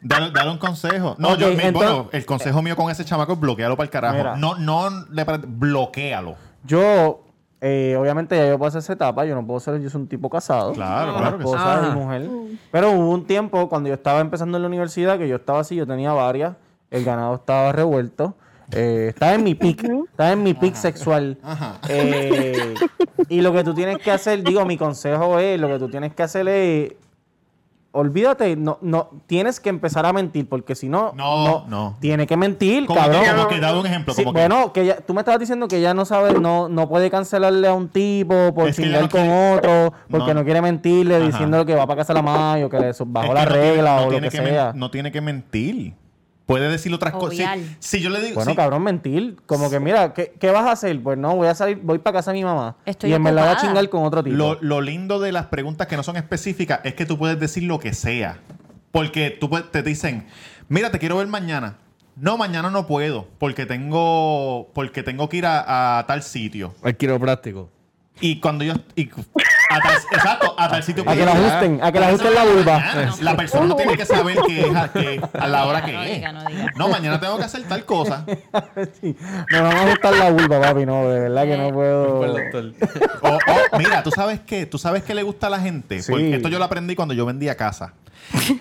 F: dale, dale un consejo. No,
C: Ok,
F: yo, mi-
C: entonces-
F: bueno, el consejo mío con ese chamaco es bloquearlo para el carajo.
C: Mira.
F: No, no, le pre- bloquealo.
C: Yo, eh, obviamente, ya yo pasé esa etapa. Yo no puedo ser, yo soy un tipo casado.
F: Claro,
C: Una
F: claro que sí.
C: esposa y
D: Ajá.
C: mujer. Pero hubo un tiempo cuando yo estaba empezando en la universidad que yo estaba así, yo tenía varias, el ganado estaba revuelto. eh, estaba en mi pick, estaba en mi pick sexual. Eh, y lo que tú tienes que hacer, digo, mi consejo es, lo que tú tienes que hacer es, olvídate, no, no, tienes que empezar a mentir, porque si no,
F: No, no.
C: tiene que mentir,
F: Como,
C: cabrón.
F: que, como que dado un ejemplo.
C: Sí,
F: como que-
C: bueno, que ya, tú me estabas diciendo que ya no sabe, no, no puede cancelarle a un tipo por
F: Es que ya
C: chingar
F: no
C: con
F: quiere-
C: otro, porque
F: No.
C: no, quiere mentirle
F: Ajá.
C: diciéndole que va para casa la madre o que le
F: Es
C: bajó
F: que
C: la
F: no tiene-
C: regla
F: no
C: o lo
F: tiene
C: que,
F: men-
C: sea.
F: No tiene que mentir. Puede decir otras cosas.
E: Obviar.
F: Si, si yo le digo.
C: Bueno,
F: si-
C: cabrón, mentir. Como que, mira, ¿qué, qué vas a hacer? Pues no, voy a salir, voy para casa de mi mamá.
E: Estoy
C: y en verdad va a
E: ocupada.
C: chingar con otro tipo.
F: Lo, lo lindo de las preguntas que no son específicas es que tú puedes decir lo que sea. Porque tú puedes- te dicen, mira, te quiero ver mañana. No, mañana no puedo porque tengo porque tengo que ir a, a tal sitio.
D: El quiropráctico.
F: Y cuando yo... y- a tal, exacto, a tal sitio
C: A que la ajusten, a que la ajusten la vulva.
F: Ah, La persona no tiene que saber que es a, que- a la hora
E: No
F: que
E: diga,
F: es.
E: no diga.
F: No, mañana tengo que hacer tal cosa.
C: Sí. No, vamos a ajustar la vulva, papi, no, de verdad que
E: Eh,
C: no
D: Pues,
C: puedo.
F: O, o, mira, tú sabes qué, tú sabes qué le gusta a la gente.
C: Sí.
F: Porque esto yo lo aprendí cuando yo vendía casa.
J: Sí.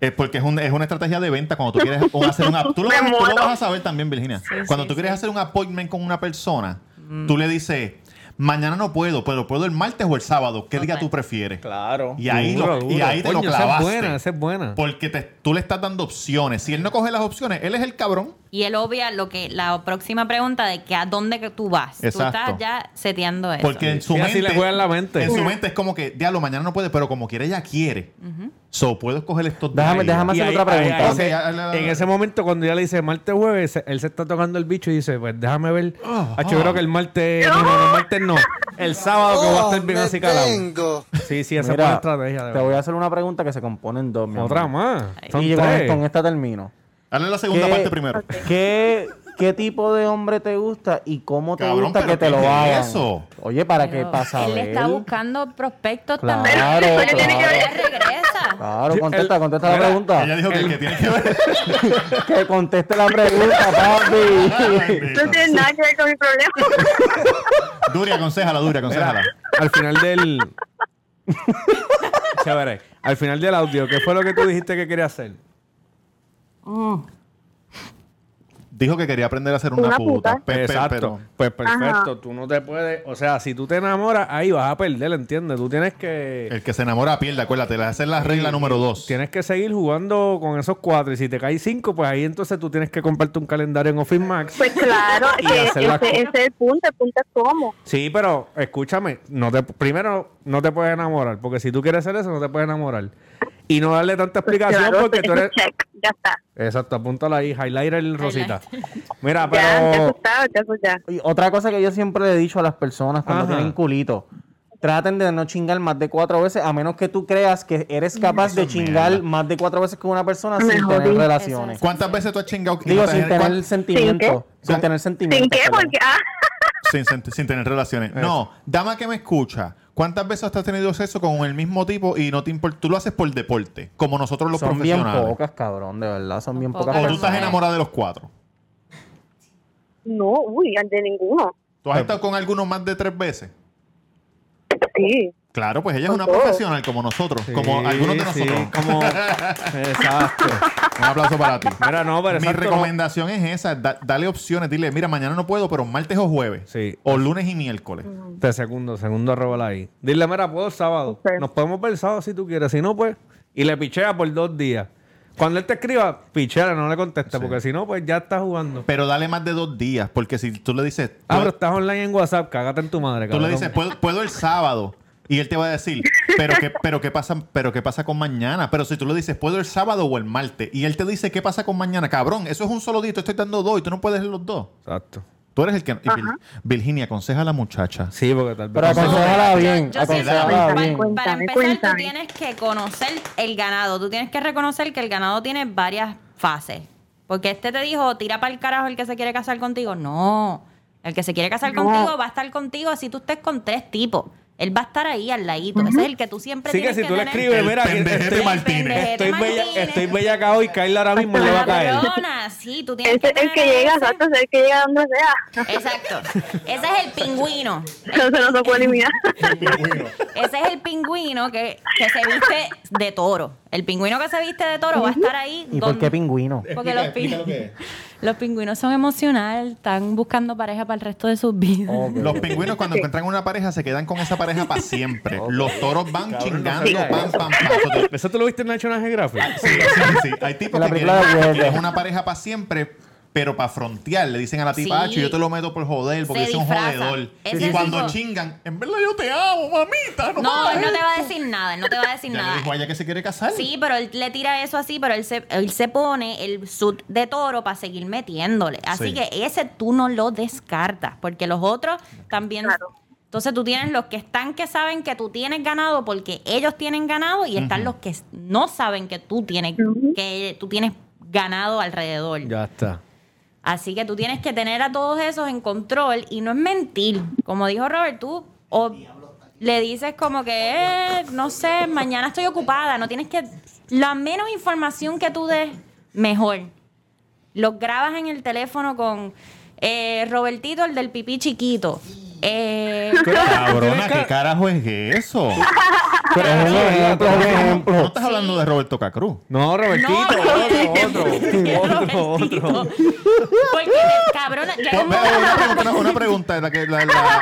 F: Es porque es, un- es una estrategia de venta cuando tú quieres o hacer un app. Tú, lo
J: Me
F: vas- tú lo
J: muero.
F: vas a saber también, Virginia.
E: Sí,
F: cuando
E: sí,
F: tú quieres
E: sí.
F: hacer un appointment con una persona, tú le dices, mañana no puedo, pero puedo el martes o el sábado. ¿Qué día
E: Total.
F: tú prefieres?
D: Claro.
F: Y ahí, lo- y ahí te lo
D: Esa es
F: clavaste.
D: buena, esa es buena.
F: Porque te- tú le estás dando opciones. Si él no coge las opciones, él es el cabrón.
E: Y él obvia lo que la próxima pregunta de que a dónde que tú vas.
F: Exacto.
E: Tú estás ya seteando eso.
F: Porque en su
D: Sí, así
F: mente.
D: le juegan la mente.
F: En su mente es como que, diablo, mañana no puede, pero como quiere, ella quiere. So, puedo escoger estos
C: Déjame-
F: días.
C: déjame-
D: Y
C: hacer otra pregunta.
F: Ok,
D: ese-
F: ya, ya, ya.
D: en ese momento, cuando ya le dice martes jueves, se- él se está tocando el bicho y dice: Pues déjame ver. Ah, yo creo que el martes. No, no, no, el martes no. El sábado que voy a estar bien así calado.
G: tengo.
D: Sí, sí, esa es buena
C: Mira,
D: estrategia. De
C: te voy
D: verdad.
C: a hacer una pregunta que se compone en dos. mi
D: Otra
C: amor.
D: más. Son
C: Y con,
D: tres.
C: con esta termino.
F: Dale la segunda
C: ¿Qué-
F: parte primero.
C: ¿Qué, ¿Qué tipo de hombre te gusta y cómo te
F: Cabrón,
C: gusta
F: pero
C: que te
F: ¿qué
C: lo
F: es
C: hagan?
F: eso?
C: Oye, ¿para qué
E: Pero
C: pasa?
E: Él le está buscando prospectos
C: Claro,
E: también.
C: claro.
E: Pero ella regresa.
C: Claro, contesta,
D: Él-
C: contesta la
D: Mira,
C: pregunta.
F: Ella dijo que, que tiene que ver.
C: Que conteste la pregunta, papi.
J: No tiene nada que ver con mi problema.
F: Duri, aconsejala, Duri, aconsejala.
D: Al final del. Chévere. Al final del audio, ¿qué fue lo que tú dijiste que querías hacer?
F: Dijo que quería aprender a hacer una,
J: Una
F: puta.
J: puta.
F: Pe- pe-
D: Exacto.
F: pero-
D: Pues perfecto. Tú no te puedes. O sea, si tú te enamoras, ahí vas a perder, ¿entiendes? Tú tienes que.
F: el que se enamora pierde, acuérdate. Esa es la regla número dos.
D: Tienes que seguir jugando con esos cuatro. Y si te caes cinco, pues ahí entonces tú tienes que comprarte un calendario en Office Max.
J: Pues este, claro,
D: Y
J: que
D: hacer las
J: ese,
D: cosas.
J: ese es el punto, el punto es cómo.
D: Sí, pero escúchame, no te, primero no te puedes enamorar, porque si tú quieres hacer eso, no te puedes enamorar. Y no darle tanta
J: Pues
D: explicación
J: claro,
D: porque
J: ese
D: tú
J: es
D: eres...
J: check, ya está.
D: Exacto, apúntala ahí, highlighter el rosita. Mira,
J: Ya, ya
D: Ah, pero...
J: tú sabes, ya tú ya.
C: Y otra cosa que yo siempre le he dicho a las personas cuando
D: Ajá.
C: tienen culito. Traten de no chingar más de cuatro veces, a menos que tú creas que eres capaz de chingar
F: mierda.
C: más de cuatro veces con una persona sin
J: Mejor
C: tener
J: di-
C: relaciones.
F: ¿Cuántas veces tú has chingado? y
C: Digo,
F: no te-
C: sin
F: cuán-
C: tener sentimiento.
J: qué?
C: Sin
F: Con-
C: tener sentimiento.
J: ¿Sin qué?
C: perdón.
J: Porque, ah,
F: sin, sent- sin tener relaciones. No, dama que me escucha, ¿cuántas veces has tenido sexo con el mismo tipo y no te importa? Tú lo haces por deporte, como nosotros los
C: Son bien
F: profesionales.
C: pocas, cabrón, de verdad. Son bien
E: Son
C: pocas
F: o tú
E: pocas.
F: estás
C: personas.
F: enamorada de los cuatro.
J: no, uy, de ninguno.
F: ¿Tú has estado con alguno más de tres veces?
J: Sí.
F: Claro, pues ella es
J: Con
F: una
J: todos.
F: profesional como nosotros, como algunos de
D: Sí,
F: nosotros.
D: sí, como... Exacto.
F: Un aplauso para ti.
D: Mira, no, pero
F: Mi
D: exacto, no.
F: recomendación es esa, da- dale opciones, dile, mira, mañana no puedo, pero martes o jueves,
D: Sí.
F: o lunes y miércoles.
D: Te segundo, segundo arroba ahí. Dile, mira, puedo el sábado.
J: Ok.
D: Nos podemos ver el sábado si tú quieres. Si no, pues. Y le pichea por dos días. Cuando él te escriba, pichea, no le contesta, porque si no, pues ya está jugando.
F: Pero dale más de dos días, porque si tú le dices,
D: Ah, pero
F: puedo-
D: estás online en WhatsApp, cágate en tu madre,
F: tú le
D: cabrón.
F: dices, puedo, puedo el sábado. Y él te va a decir, pero qué, pero qué pasa, pero qué pasa con mañana. Pero si tú le dices, puedo el sábado o el martes, y él te dice, ¿qué pasa con mañana? Cabrón, eso es un solo día, te estoy dando dos y tú no puedes los dos.
D: Exacto.
F: Tú eres el que. y Vir- Virginia, aconseja a la muchacha.
D: Sí, porque tal
C: Pero
D: vez.
C: aconsejala bien.
E: Yo siento que
C: Aconsejala
E: para,
J: cuéntame,
C: bien.
E: para
J: Cuéntame,
E: empezar, tú
J: cuéntame.
E: tienes que conocer el ganado. Tú tienes que reconocer que el ganado tiene varias fases. Porque este te dijo, tira para el carajo el que se quiere casar contigo. No. El que se quiere casar
J: No.
E: contigo va a estar contigo así tú estés con tres tipos. Él va a estar ahí al ladito. Ese es el que tú siempre
D: Sí, que
E: tienes
D: si tú le
E: tener.
D: escribes,
F: El
D: mira, que
F: pendejete
D: estoy,
F: Martínez.
D: estoy,
E: Pendejete
D: bella,
E: Martínez.
D: estoy bellaca hoy, Kayla ahora mismo pues le va a caer.
E: Cabrona, sí, tú tienes
J: Ese
E: que
J: es el
E: tener
J: que llega,
E: ese.
J: exacto, ese es el que llega donde sea.
E: Exacto. Ese es el pingüino.
J: No se nos puede eliminar.
E: Ese es el pingüino que, que se viste de toro. El pingüino que se viste de toro va a estar ahí.
C: ¿Y por
E: donde-
C: qué pingüino?
E: Porque los, pin- los pingüinos son emocional, están buscando pareja para el resto de sus vidas.
C: Oh.
F: Los pingüinos cuando encuentran una pareja se quedan con esa pareja para siempre. Los toros van chingando, pam, pam, pam. Eso te-
D: ¿Eso tú lo viste en National Geographic?
F: Sí, sí, sí. Hay tipos
C: En la
F: que
C: película de
F: quieren,
C: Werther.
F: quieren una pareja para siempre, pero para frontear. Le dicen a la tipa,
E: Sí.
F: "Acho, yo te lo meto por joder, porque
E: Se
F: soy un
E: disfrazan.
F: jodedor.
E: Ese
F: Y
E: es
F: cuando
E: tipo-
F: chingan, en verdad yo te amo, mamita. No,
E: No,
F: me
E: él no
F: hagas
E: te va a
F: esto".
E: decir nada, él no te va a decir
F: Ya le
E: nada.
F: dijo a ella que se quiere casar.
E: Sí, pero él le tira eso así, pero él se, él se pone el sud de toro para seguir metiéndole. Así
F: Sí.
E: que ese tú no lo descartas, porque los otros también...
J: Claro.
E: Entonces tú tienes los que están que saben que tú tienes ganado porque ellos tienen ganado y están los que no saben que tú tienes, que tú tienes ganado alrededor.
D: Ya está.
E: Así que tú tienes que tener a todos esos en control y no es mentir. Como dijo Robert, tú o le dices como que, eh, no sé, mañana estoy ocupada, no tienes que... La menos información que tú des, mejor. Los grabas en el teléfono con eh, Robertito, el del pipí chiquito. Eh,
F: Cabrona, ¿qué carajo es eso?
J: Ah,
D: Pero es un ejemplo, es un ejemplo.
F: No estás hablando de Roberto Cacruz.
D: No, Robertito, otro, otro, otro,
E: Robertito.
D: otro.
E: Porque, cabrona, yo
F: Pero,
E: no-
F: pero Una pregunta, una- una pregunta, la, que- la- la-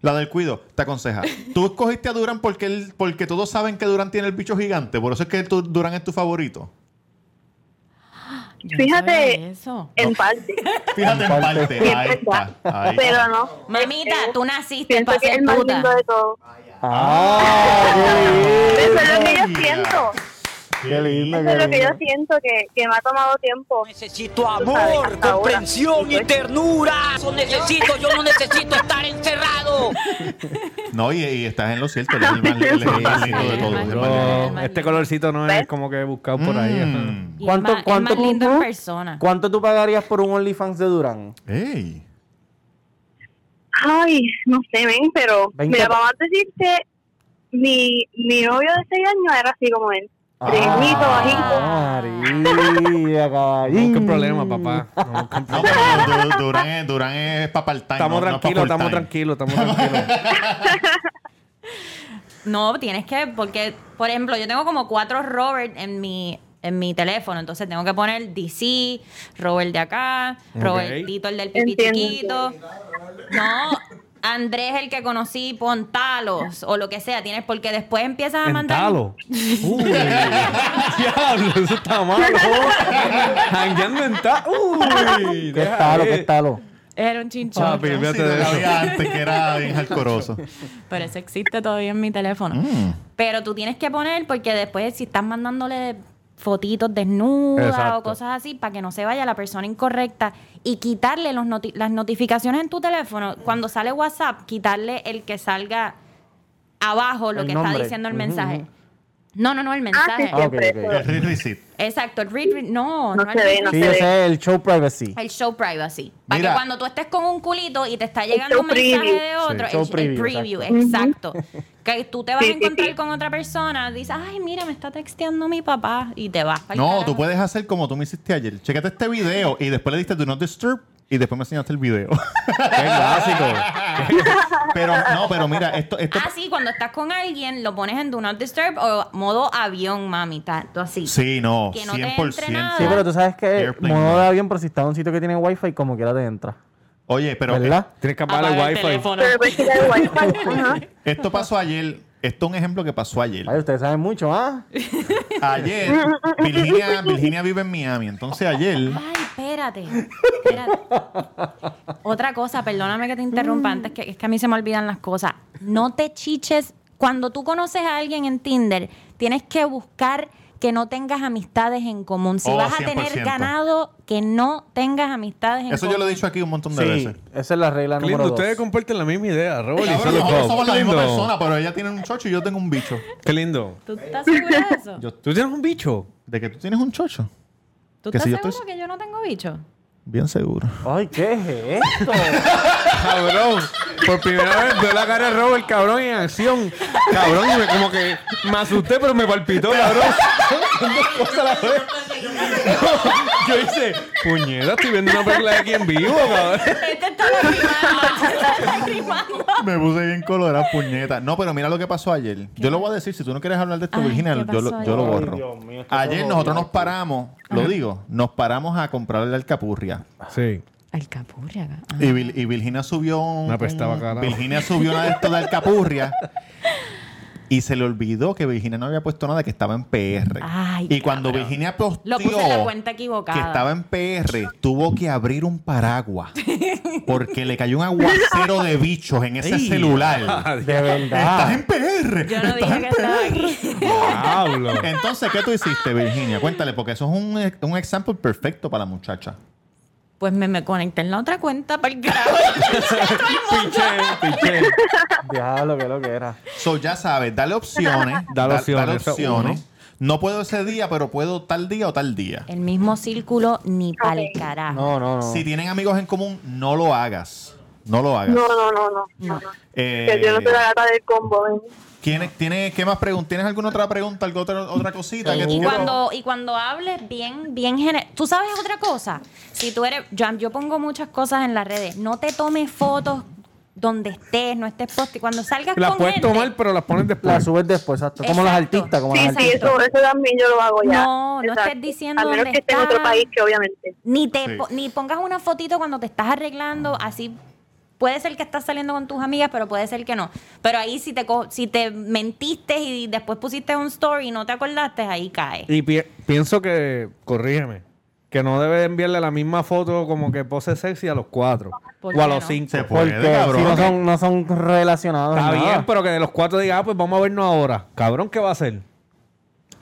F: la del cuido, te aconseja. Tú escogiste a Durán porque, él, porque todos saben que Durán tiene el bicho gigante, por eso es que tú- Durán es tu favorito.
E: yo no
J: Fíjate. eh,
E: sabía eso.
J: En parte.
F: Fíjate en parte.
J: Sí, es
F: Ahí
J: verdad.
F: está. ahí está.
J: Pero no.
E: Mamita, tú naciste
J: Siento
E: para
J: que es
E: ser
J: el más
E: puta.
J: lindo de todo.
D: Ah,
J: Eso es lo que yo
F: Mira.
J: siento.
F: Qué lindo.
J: Eso es lo que yo siento que, que me ha tomado tiempo.
H: Necesito
J: Ay, hasta
H: amor,
J: ahora. Pues.
H: comprensión y ternura. Eso necesito, yo no necesito estar encerrado.
F: No, y, y estás en lo cierto. Él es el más, él es el más lindo de todos. es el más lindo.
D: Bro, este colorcito no es como que he buscado por ahí. ajá.
F: Mm.
E: Y es
C: ¿Cuánto-
E: más- es
C: cuánto
E: más lindo en
C: costó?
E: persona.
C: ¿Cuánto tú pagarías por un OnlyFans de Durán?
F: Ey.
J: Ay, no sé, ven, pero
C: Veinte
J: mira,
C: pa-
J: vamos a decirte, mi, mi novio de seis años era así como él.
C: Ah.
J: Primito, bajito.
C: María,
D: No
C: caballín.
D: busquen problemas, papá. No busquen
F: No,
D: problemas.
F: pero Du- Durán es, Durán es pa' part-time,
D: Estamos
F: no- no pa'
D: tranquilos, estamos
F: full-time.
D: tranquilos, estamos tranquilos.
E: No, tienes que, porque, por ejemplo, yo tengo como cuatro Robert en mi, en mi teléfono, entonces tengo que poner DC, Robert de acá,
D: Ok.
E: Robertito el del pipi
J: Entiendo.
E: chiquito. No, Andrés el que conocí, pon talos o lo que sea, tienes, porque después empiezas a mandar.
D: Entalo. Uy, diablo, eso está malo. Jangueando en talo. Uy,
C: ¿Qué
D: deja
C: talo,
D: de-
C: qué talo?
E: Era un chinchón.
D: Papi,
F: Sí,
D: fíjate
F: Ah, de
D: de
F: la
D: eso.
F: vida antes, que era bien jalcoroso.
E: Pero eso existe todavía en mi teléfono.
F: Mm.
E: Pero tú tienes que poner, porque después si estás mandándole fotitos desnudas
D: Exacto.
E: o cosas así, para que no se vaya la persona incorrecta y quitarle los noti- las notificaciones en tu teléfono, cuando sale WhatsApp, quitarle el que salga abajo lo
C: El
E: que
C: nombre.
E: está diciendo el
C: Ujú,
E: mensaje.
C: ujú.
E: No, no, no, el
J: Ah, sí,
E: mensaje.
J: siempre.
C: Ah, ok, ok.
J: eso.
F: El Reed Receipt.
E: Exacto, el read, read- no,
J: No
E: no,
J: se
E: el
J: ve,
E: read-
J: no
C: Sí,
J: se
C: ese
J: ve.
C: es el show privacy.
E: el show privacy. Para
F: Mira.
E: que cuando tú estés con un culito y te está llegando
J: show
E: un mensaje
J: preview.
E: de
C: Sí,
E: otro, el,
C: show
E: el
C: preview,
E: preview,
J: exacto.
E: exacto. Que tú te vas
J: Sí,
E: a
J: sí,
E: encontrar
J: sí.
E: con otra persona, dices, ay, mira, me está texteando mi papá, y te vas. pa'l
F: No,
E: carajo.
F: tú puedes hacer como tú me hiciste ayer. Checate este video y después le diste Do Not Disturb y después me enseñaste el video.
D: Qué clásico.
F: pero no, pero mira, esto, esto
E: Ah, sí, cuando estás con alguien, lo pones en Do Not Disturb o modo avión, mami, tanto así.
F: Sí, no,
E: Que no te
F: 100%.
E: entre nada.
C: Sí, pero tú sabes que
F: Airplane
C: modo
F: mode.
C: de avión, pero si estás en un sitio que tiene wifi, como quiera te entra.
F: Oye, pero
C: ¿Verdad?
D: Tienes que apagar el wifi.
J: Pero pues que da igual. Ajá.
F: esto pasó ayer. Esto es un ejemplo que pasó ayer.
C: Ay, ustedes saben mucho, ¿ah?
F: Ayer, Virginia, Virginia vive en Miami. Entonces ayer,
E: Ay, espérate, espérate. Otra cosa, perdóname que te interrumpa antes, que es que a mí se me olvidan las cosas. No te chiches. Cuando tú conoces a alguien en Tinder, tienes que buscar que no tengas amistades en común. Si
F: Oh,
E: vas a tener
F: 100%.
E: ganado, que no tengas amistades en
F: eso
E: común.
F: yo lo he dicho aquí un montón de
C: Sí,
F: veces.
C: esa es la regla
D: Lindo,
C: número dos.
D: ustedes comparten la misma idea, Robert. y
F: Cabrón,
D: Solo
F: nosotros
D: Pop.
F: somos la
D: Qué
F: misma
D: lindo.
F: persona, pero ella tiene un chocho y yo tengo un bicho.
D: Qué lindo.
E: ¿Tú estás segura de eso?
F: Yo-
D: ¿Tú tienes un bicho?
F: ¿De que tú tienes un chocho?
E: ¿Tú
F: que
E: estás
F: si yo
E: seguro
F: estoy-
E: que yo no tengo bicho?
F: Bien seguro.
C: Ay, ¿qué es esto?
D: Cabrón. Por primera vez veo la cara de Robert, cabrón, en acción. Cabrón, y me, como que me asusté, pero me palpitó, cabrón. Son dos cosas a la vez. Yo hice, puñeta, estoy viendo una película de aquí en vivo, cabrón.
E: Este está rimando, este está rimando.
F: Me puse bien colorada, puñeta. No, pero mira lo que pasó ayer. Yo lo voy a decir, si tú no quieres hablar de esto,
E: Ay,
F: Virginia,
E: ¿qué
F: yo lo,
E: pasó
F: yo lo
E: ayer?
F: borro.
C: Ay, Dios mío, es que
F: ayer
C: somos
F: nosotros nos
C: odiantes.
F: paramos, lo digo, nos paramos a comprarle la alcapurria.
D: Sí.
E: Al capurria. acá. Ah.
F: Y, Vil- y Virginia subió un,
D: Me apestaba,
F: un-
D: carajo.
F: Virginia subió una de estas de alcapurria. Y se le olvidó que Virginia no había puesto nada que estaba en PR.
E: Ay,
F: y cuando Virginia posteó
E: Lo puse en la cuenta equivocada.
F: que estaba en PR, tuvo que abrir un paraguas porque le cayó un aguacero de bichos en ese
D: Ey. Ah,
F: celular.
C: De
F: Estás
C: verdad.
F: en PR.
E: Yo no
F: estás
E: dije
F: en
E: que
F: PR.
E: estaba aquí.
D: Diablo.
F: Entonces, ¿qué tú hiciste, Virginia? Cuéntale, porque eso es un, ex- un ejemplo perfecto para la muchacha.
E: Pues me, me conecté en la otra cuenta para el carajo.
D: Piché, piché.
C: Diablo, que lo que era.
F: So, ya sabes, dale opciones.
D: Dale
F: da-
D: opciones, eso es
F: opciones. No puedo ese día, pero puedo tal día o tal día.
E: El mismo círculo ni pa'l carajo.
C: No, no, no.
F: Si tienen amigos en común, no lo hagas. No lo hagas.
J: No, no, no, no. no, no.
F: Eh,
J: Que yo no soy la gata del combo, ven.
F: ¿tiene- tiene- qué más preguntas? ¿Tienes alguna otra pregunta, alguna otra, otra cosita? que
E: Y
F: tú quieras?
E: cuando, y cuando hables bien, bien general. ¿Tú sabes otra cosa? Si tú eres. Yo, yo pongo muchas cosas en las redes. No te tomes fotos donde estés, no estés poste. Cuando salgas
D: Las
E: con
D: puedes
E: gente.
D: tomar, pero las pones después.
C: La subes después, exacto. Como los
E: Exacto.
C: artistas, como
J: Sí,
C: los
J: sí,
C: artistas.
J: eso, eso también yo lo hago Oh, ya.
E: No, no estés diciendo
J: A menos
E: dónde
J: que esté en otro
E: está.
J: país, que obviamente.
E: Ni, te,
F: Sí.
E: po- ni pongas una fotito cuando te estás arreglando,
D: Ah.
E: así puede ser que estás saliendo con tus amigas, pero puede ser que no. Pero ahí si te co- si te mentiste y después pusiste un story y no te acordaste, ahí cae.
D: Y pi- pienso que, corrígeme, que no debe enviarle la misma foto como que pose sexy a los cuatro.
E: ¿Por
D: O a
E: qué
D: los
E: no?
D: cinco.
F: Se puede,
C: Porque
F: cabrón.
C: si no son, no son relacionados.
D: Está
C: en nada.
D: bien, pero que de los cuatro diga, ah, pues vamos a vernos ahora. Cabrón, ¿qué va a hacer?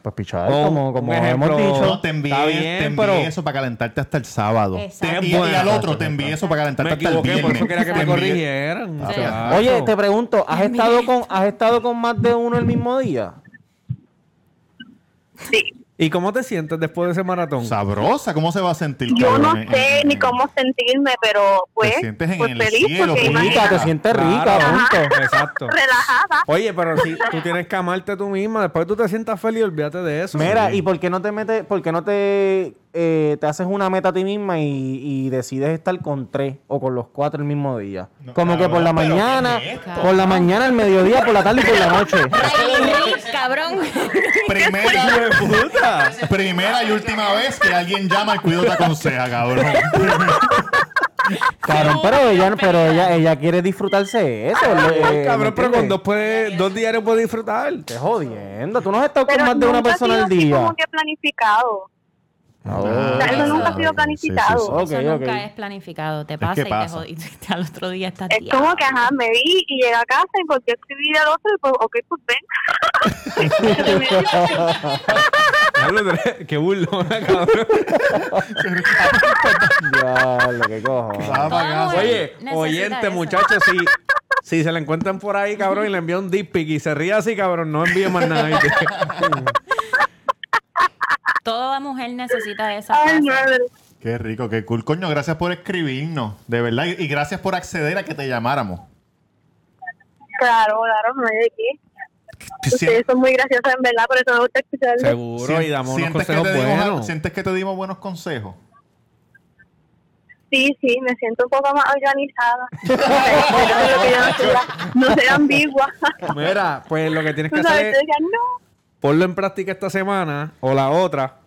C: Pues pichar,
D: Un-
C: como, como
D: un
C: hemos
D: ejemplo-
C: dicho.
F: No, te envié,
D: Está bien,
F: te envié
D: pero-
F: eso para calentarte hasta el sábado.
E: Exacto.
F: Te- y, y al otro te envié eso para calentarte
D: Me
F: hasta el
D: equivoqué,
F: viernes.
D: por eso quería que
F: Te
D: me
F: envié-
D: corrigieran.
F: Ah,
D: muchacho.
C: Oye, te pregunto, ¿has estado, con, ¿has estado con más de uno el mismo día?
J: Sí.
D: ¿Y cómo te sientes después de ese maratón?
F: Sabrosa, ¿cómo se va a sentir?
J: Yo no
F: cabrón, en-
J: sé
F: en-
J: ni cómo sentirme, pero pues,
F: eh, sientes en
J: pues
F: el
J: feliz
F: cielo,
J: porque
F: bonita,
J: imagínate,
C: Te sientes
D: Claro,
C: rica, punto.
D: Exacto.
J: relajada.
D: Oye, pero si tú tienes que amarte tú misma, después tú te sientas feliz, olvídate de eso.
C: Mira,
D: Sí.
C: ¿y por qué no te metes, por qué no te, eh, te haces una meta a ti misma y, y decides estar con tres o con los cuatro el mismo día?
F: No,
C: como que por la
F: cabrón, pero
C: mañana,
F: ¿qué es
C: por la mañana, el mediodía, por la tarde y por la noche.
E: Riley Reid, cabrón.
F: Primera, primera y última vez que alguien llama al cuidado te aconseja, cabrón.
C: Cabrón, pero ella, pero ella, ella quiere disfrutarse eso.
D: Ay,
C: le- Eh, ¿me
D: cabrón, pero
C: entiendes?
D: con dos, puedes- dos diarios puedes disfrutar.
C: Te jodiendo, tú no has estado con
J: Pero
C: más de una
J: nunca ha
C: persona
J: sido
C: al
J: así
C: día.
J: como que planificado.
F: Ah,
J: O sea, eso nunca ha
F: sí, sí,
J: sido planificado.
F: sí, sí.
C: Ok,
E: Eso nunca
C: ok.
E: es planificado. Te
F: que
E: pasa y te
F: pasa.
E: jodiste. Al otro día estás
J: Es
E: diablo.
J: como que, ajá, me vi y llegué a casa y porque escribí al otro y pues, ok, pues ven.
D: Diablo, Qué burlón, cabrón.
C: Diablo, qué cojones.
F: Ah,
E: Toda
F: para casa.
E: mujer
D: Oye,
E: necesita
D: oyente,
E: eso.
D: muchachos, si, si se la encuentran por ahí, cabrón, y le envía un dick pic y se ríe así, cabrón, no envíe más nada. ¿viste?
E: Toda mujer necesita de esa
J: Ay,
E: frase.
J: madre.
F: Qué rico, qué cool. Coño, gracias por escribirnos, de verdad. Y y gracias por acceder a que te llamáramos.
J: Claro, claro, no hay de qué. Ustedes son muy graciosos, en verdad, por eso me gusta escucharlos.
D: Seguro, y damos unos
F: ¿Sientes que,
D: consejos
F: te dimos,
D: buenos.
F: ¿Sientes que te dimos buenos consejos?
J: Sí, sí, me siento un poco más organizada. Pero que yo no sea, no sea ambigua.
D: Mira, pues lo que tienes que
J: Tú sabes,
D: hacer es
J: yo decía, no.
D: ponlo en práctica esta semana o la otra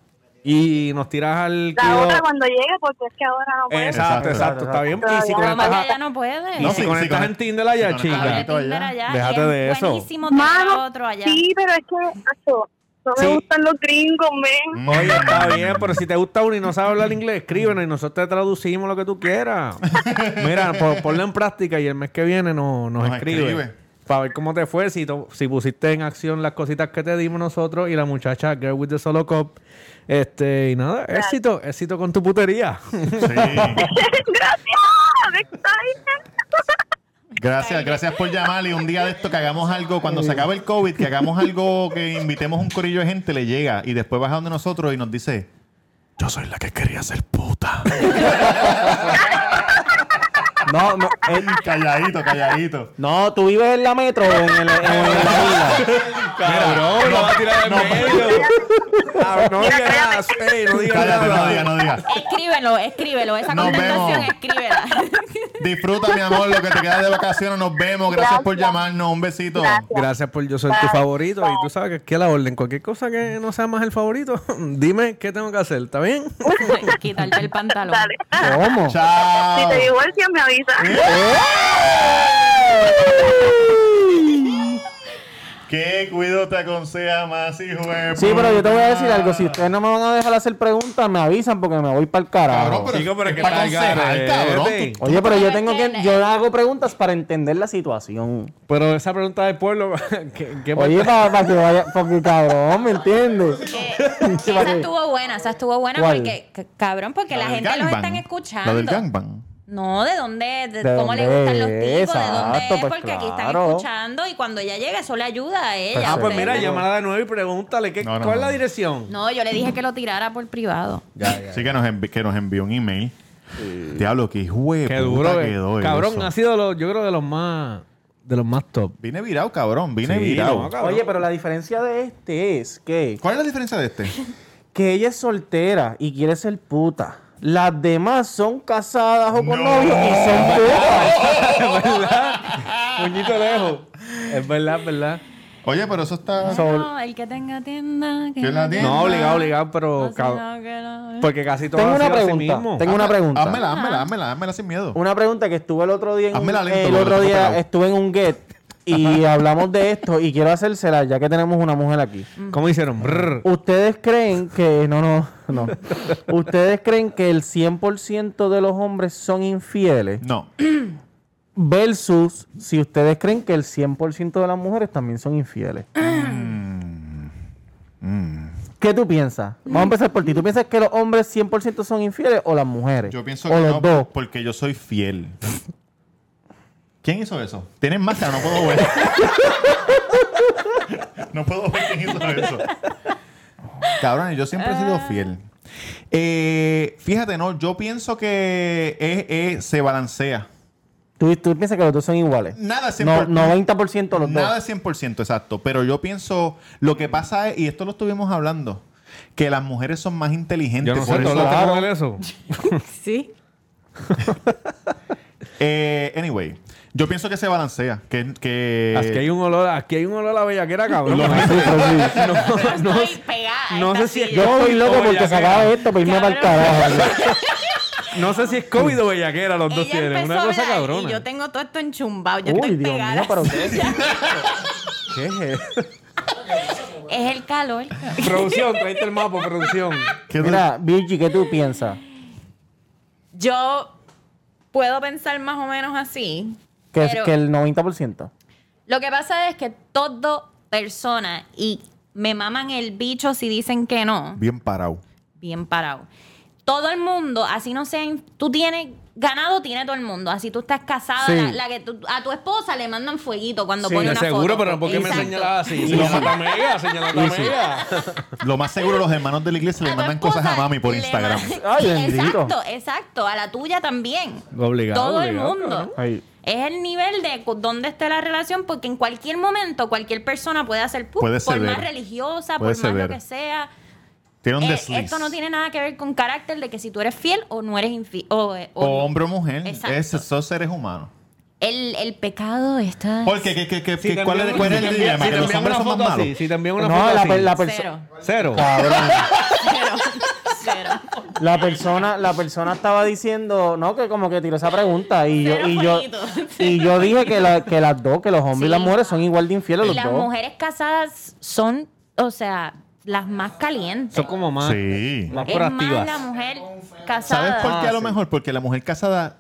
D: y nos tiras al
J: La
D: kilo.
J: otra cuando llegue, porque es que ahora no puedo.
F: Exacto,
D: Exacto, exacto, está bien. Y si
J: Todavía
E: Mamá
D: conectas,
E: que
D: a-
E: ya no
F: No,
E: puede.
D: y
F: sí,
D: si
F: sí,
D: conectas
F: conectas-
D: en Tinder allá,
F: sí, conectas
E: Dale
F: allá.
D: chica.
E: Tinder
F: allá.
E: allá y
D: Déjate
E: es
D: de eso.
E: Buenísimo tener a
J: Mano,
E: otro allá.
J: sí, pero es que macho, no me
D: Sí.
J: gustan los gringos, men.
D: Oye, está
F: Mm,
D: bien, pero si te gusta uno y no sabes hablar inglés, escríbenos y nosotros te traducimos lo que tú quieras. Mira, po- ponlo en práctica y el mes que viene no- nos,
F: Nos
D: escribe.
F: escribe.
D: Para ver cómo te fue, si, to- si pusiste en acción las cositas que te dimos nosotros y la muchacha Girl with the Solo Cup. Este, y nada, éxito, éxito con tu putería.
F: Sí.
J: Gracias, me extrañan.
F: Gracias, gracias por llamar y un día de esto que hagamos algo, cuando se acabe el COVID, que hagamos algo que invitemos un corillo de gente, le llega y después baja donde nosotros y nos dice, yo soy la que quería ser puta.
C: No, no, eh,
F: calladito, calladito.
C: no, tú vives en la metro o en, el- en la isla.
D: Cabrón, lo va a tirar en medio. Cabrón, Ah, no digas nada, ey, no digas
F: Cállate, no
D: nada.
F: digas, no digas.
E: Escríbelo, escríbelo. Esa
F: Nos
E: contestación,
F: vemos.
E: escríbela.
F: Disfruta, mi amor, lo que te queda de vacaciones. Nos vemos. Gracias por
J: Gracias.
F: llamarnos. Un besito.
D: Gracias por yo soy tu favorito y tú sabes que aquí a la orden, cualquier cosa que no sea más el favorito, dime qué tengo que hacer, ¿está bien?
E: Quitarte el pantalón.
J: Dale.
C: ¿Cómo?
J: Si
F: Chao.
J: te divorcias, me avisa.
F: ¿Qué cuido te aconseja más, hijo de
C: Sí, pero yo te voy a decir
F: puta?
C: algo. Si ustedes no me van a dejar hacer preguntas, me avisan porque me voy para el
F: Cabrón,
C: carajo.
F: pero,
D: Chico, pero
F: es
D: que
F: para
D: está
F: aconsejar,
D: garete.
F: cabrón. Tú-
C: Oye, pero yo
E: ¿Sabes
C: tengo
E: qué?
C: que... Yo hago preguntas para entender la situación.
D: Pero esa pregunta del pueblo, ¿qué, qué
C: Oye, para, que vaya... Porque cabrón, ¿me entiendes?
E: Que- Eh, esa estuvo buena, esa estuvo buena
C: ¿Cuál?
E: porque, c- cabrón, porque
F: La
E: la,
F: del
E: gente los
F: gangbang.
E: están escuchando.
F: La del gangbang.
E: No, de dónde, de,
C: ¿De
E: cómo le
C: dónde
E: gustan los tipos,
C: es?
E: de dónde
C: Exacto,
E: es,
C: pues
E: porque aquí están
C: claro.
E: escuchando y cuando ella llega eso le ayuda a ella.
D: Ah, pues
E: ¿ustedes
D: mira,
E: no?
D: llámala de nuevo y pregúntale, ¿qué,
F: No, no,
D: ¿cuál es
F: no.
D: la dirección?
E: No, yo le dije que lo tirara por privado.
F: Así que nos, envi- que nos envió un email. Diablo, qué juego.
D: Qué duro. eh.
F: quedó
D: Cabrón,
F: eso.
D: ha sido, lo- yo creo, de los más de los más top.
F: Vine virado, cabrón. Vine
D: Sí,
F: virado.
D: no, cabrón.
C: Oye, pero la diferencia de este es que,
F: ¿Cuál es la diferencia de este?
C: que ella es soltera y quiere ser puta. Las demás son casadas o con novio y son putas.
D: Es verdad. Puñito lejos. Es verdad, es verdad.
F: Oye, pero eso está.
C: So-
E: No, el que tenga tienda.
F: Que la tienda.
D: No, obligado, obligado, pero.
E: No,
D: cab-
E: sino que no.
D: Porque casi todo
C: Tengo
D: ha
C: una
D: sido así
C: pregunta.
D: mismo.
C: Tengo una pregunta.
F: Házmela, házmela, házmela, házmela sin miedo.
C: Una pregunta que estuve el otro día en un, eh,
F: Házmela lento,
C: el
F: porque
C: otro
F: está
C: día
F: pegado.
C: estuve en un get y hablamos de esto y quiero hacérsela ya que tenemos una mujer aquí.
D: ¿Cómo hicieron? Brrr.
C: ¿Ustedes creen que no no no? ¿Ustedes creen que el 100% de los hombres son infieles
F: No.
C: versus si ustedes creen que el 100% de las mujeres también son infieles?
F: Mm.
C: ¿Qué tú piensas? Vamos a empezar por ti. ¿Tú piensas que los hombres 100% son infieles o las mujeres?
F: Yo pienso
C: o
F: que no,
C: los dos.
F: porque yo soy fiel. ¿Quién hizo eso? Tienen máscara, no puedo ver. no puedo ver quién hizo eso. Cabrones, yo siempre he
D: Ah.
F: sido fiel. Eh, fíjate, no, yo pienso que es- es- se balancea.
C: ¿Tú, tú piensas que los dos son iguales?
F: Nada es
C: No,
F: 100%.
C: 90% los
F: Nada
C: dos.
F: es 100%, exacto. Pero yo pienso, lo que pasa es, y esto lo estuvimos hablando, que las mujeres son más inteligentes.
D: Yo no sé,
F: por
D: ¿tú
F: eso-
D: hablaste con él eso?
E: Sí.
F: Eh, anyway, yo pienso que se balancea. Que, que-
B: Eh,
D: Aquí hay un olor, aquí hay un olor a bellaquera, cabrón.
E: No, estoy pegada.
D: no sé
E: esta
D: si es
E: silla.
C: Yo estoy loco
D: Oye,
C: porque se
D: mira.
C: acaba esto para irme para el
E: Cabrón.
C: carajo.
D: No sé si es COVID o bellaquera, los dos
E: Ella
D: tienen.
E: empezó
D: Una
E: a
D: cosa
E: hablar
D: cabrona.
E: Y yo tengo todo esto enchumbado. Yo
C: Uy,
E: estoy
C: Dios
E: pegada.
C: mío, pero ustedes...
D: ¿Qué es eso?
E: Es el calor.
D: Producción, tráete el mapa, producción.
F: que-
C: Mira, Virgi, ¿qué tú piensas?
E: Yo puedo pensar más o menos así.
C: Que, es-
E: Pero-
C: que el 90%.
E: Lo que pasa es que todo persona y me maman el bicho si dicen que no.
F: Bien parado.
E: bien parado. Todo el mundo, así no sea, inf- tú tienes ganado, tiene todo el mundo. Así tú estás casada,
C: Sí.
E: la, la que tú- a tu esposa le mandan fueguito cuando
D: Sí,
E: pone
D: de
E: una
D: seguro,
E: foto.
D: pero ¿por qué me
E: Exacto.
D: señalaba así? Señora Tamega, señora Tamega.
F: Lo más seguro, los hermanos de la iglesia
E: A
F: le
E: tu
F: mandan cosas a
E: esposa
F: mami por
E: pues, le
F: Instagram.
E: man-
C: Ay, bendito.
E: Exacto, exacto. A la tuya también.
D: Obligado,
E: todo
D: obligado,
E: el mundo.
C: Ay.
E: Es el nivel de cu- dónde esté la relación, porque en cualquier momento cualquier persona puede hacer pu-
F: Puede
E: por
F: ceder.
E: más religiosa,
F: Puede
E: por más
F: ceder.
E: lo que sea.
F: Tiene un
E: Eh,
F: desliz.
E: esto no tiene nada que ver con carácter de que si tú eres fiel o no eres infiel. O, eh, o
F: O
E: no.
F: hombre o mujer,
E: Exacto.
F: es, son seres humanos.
E: El, el pecado está.
F: Porque, que, que, que,
D: Si te
F: ¿cuál, es,
D: envían-
F: cuál es
D: si
F: el
D: te envían-
F: dilema?
D: si
F: que
D: te
F: los
D: envían
F: hombres
D: una
F: son más
D: foto
F: malos.
D: así, Si te envían una
C: No,
D: foto
C: la,
D: así.
C: per- la,
E: Cero.
C: perso-
D: Cero.
E: Cero. Cero.
C: la persona la persona estaba diciendo, no, que como que tiró esa pregunta. Y yo,
E: Cero
C: y yo,
E: fueguitos.
C: y yo dije que, la- que las dos, que los hombres y las
E: Sí.
C: mujeres son igual de infieles
E: Y
C: los
E: las
C: dos.
E: mujeres casadas son, o sea, las más calientes.
D: Son como más,
F: Sí.
D: más
E: es más
D: proactivas.
E: la mujer
F: ¿Sabes
E: casada.
F: por qué a lo
D: sí.
F: mejor? Porque la mujer casada,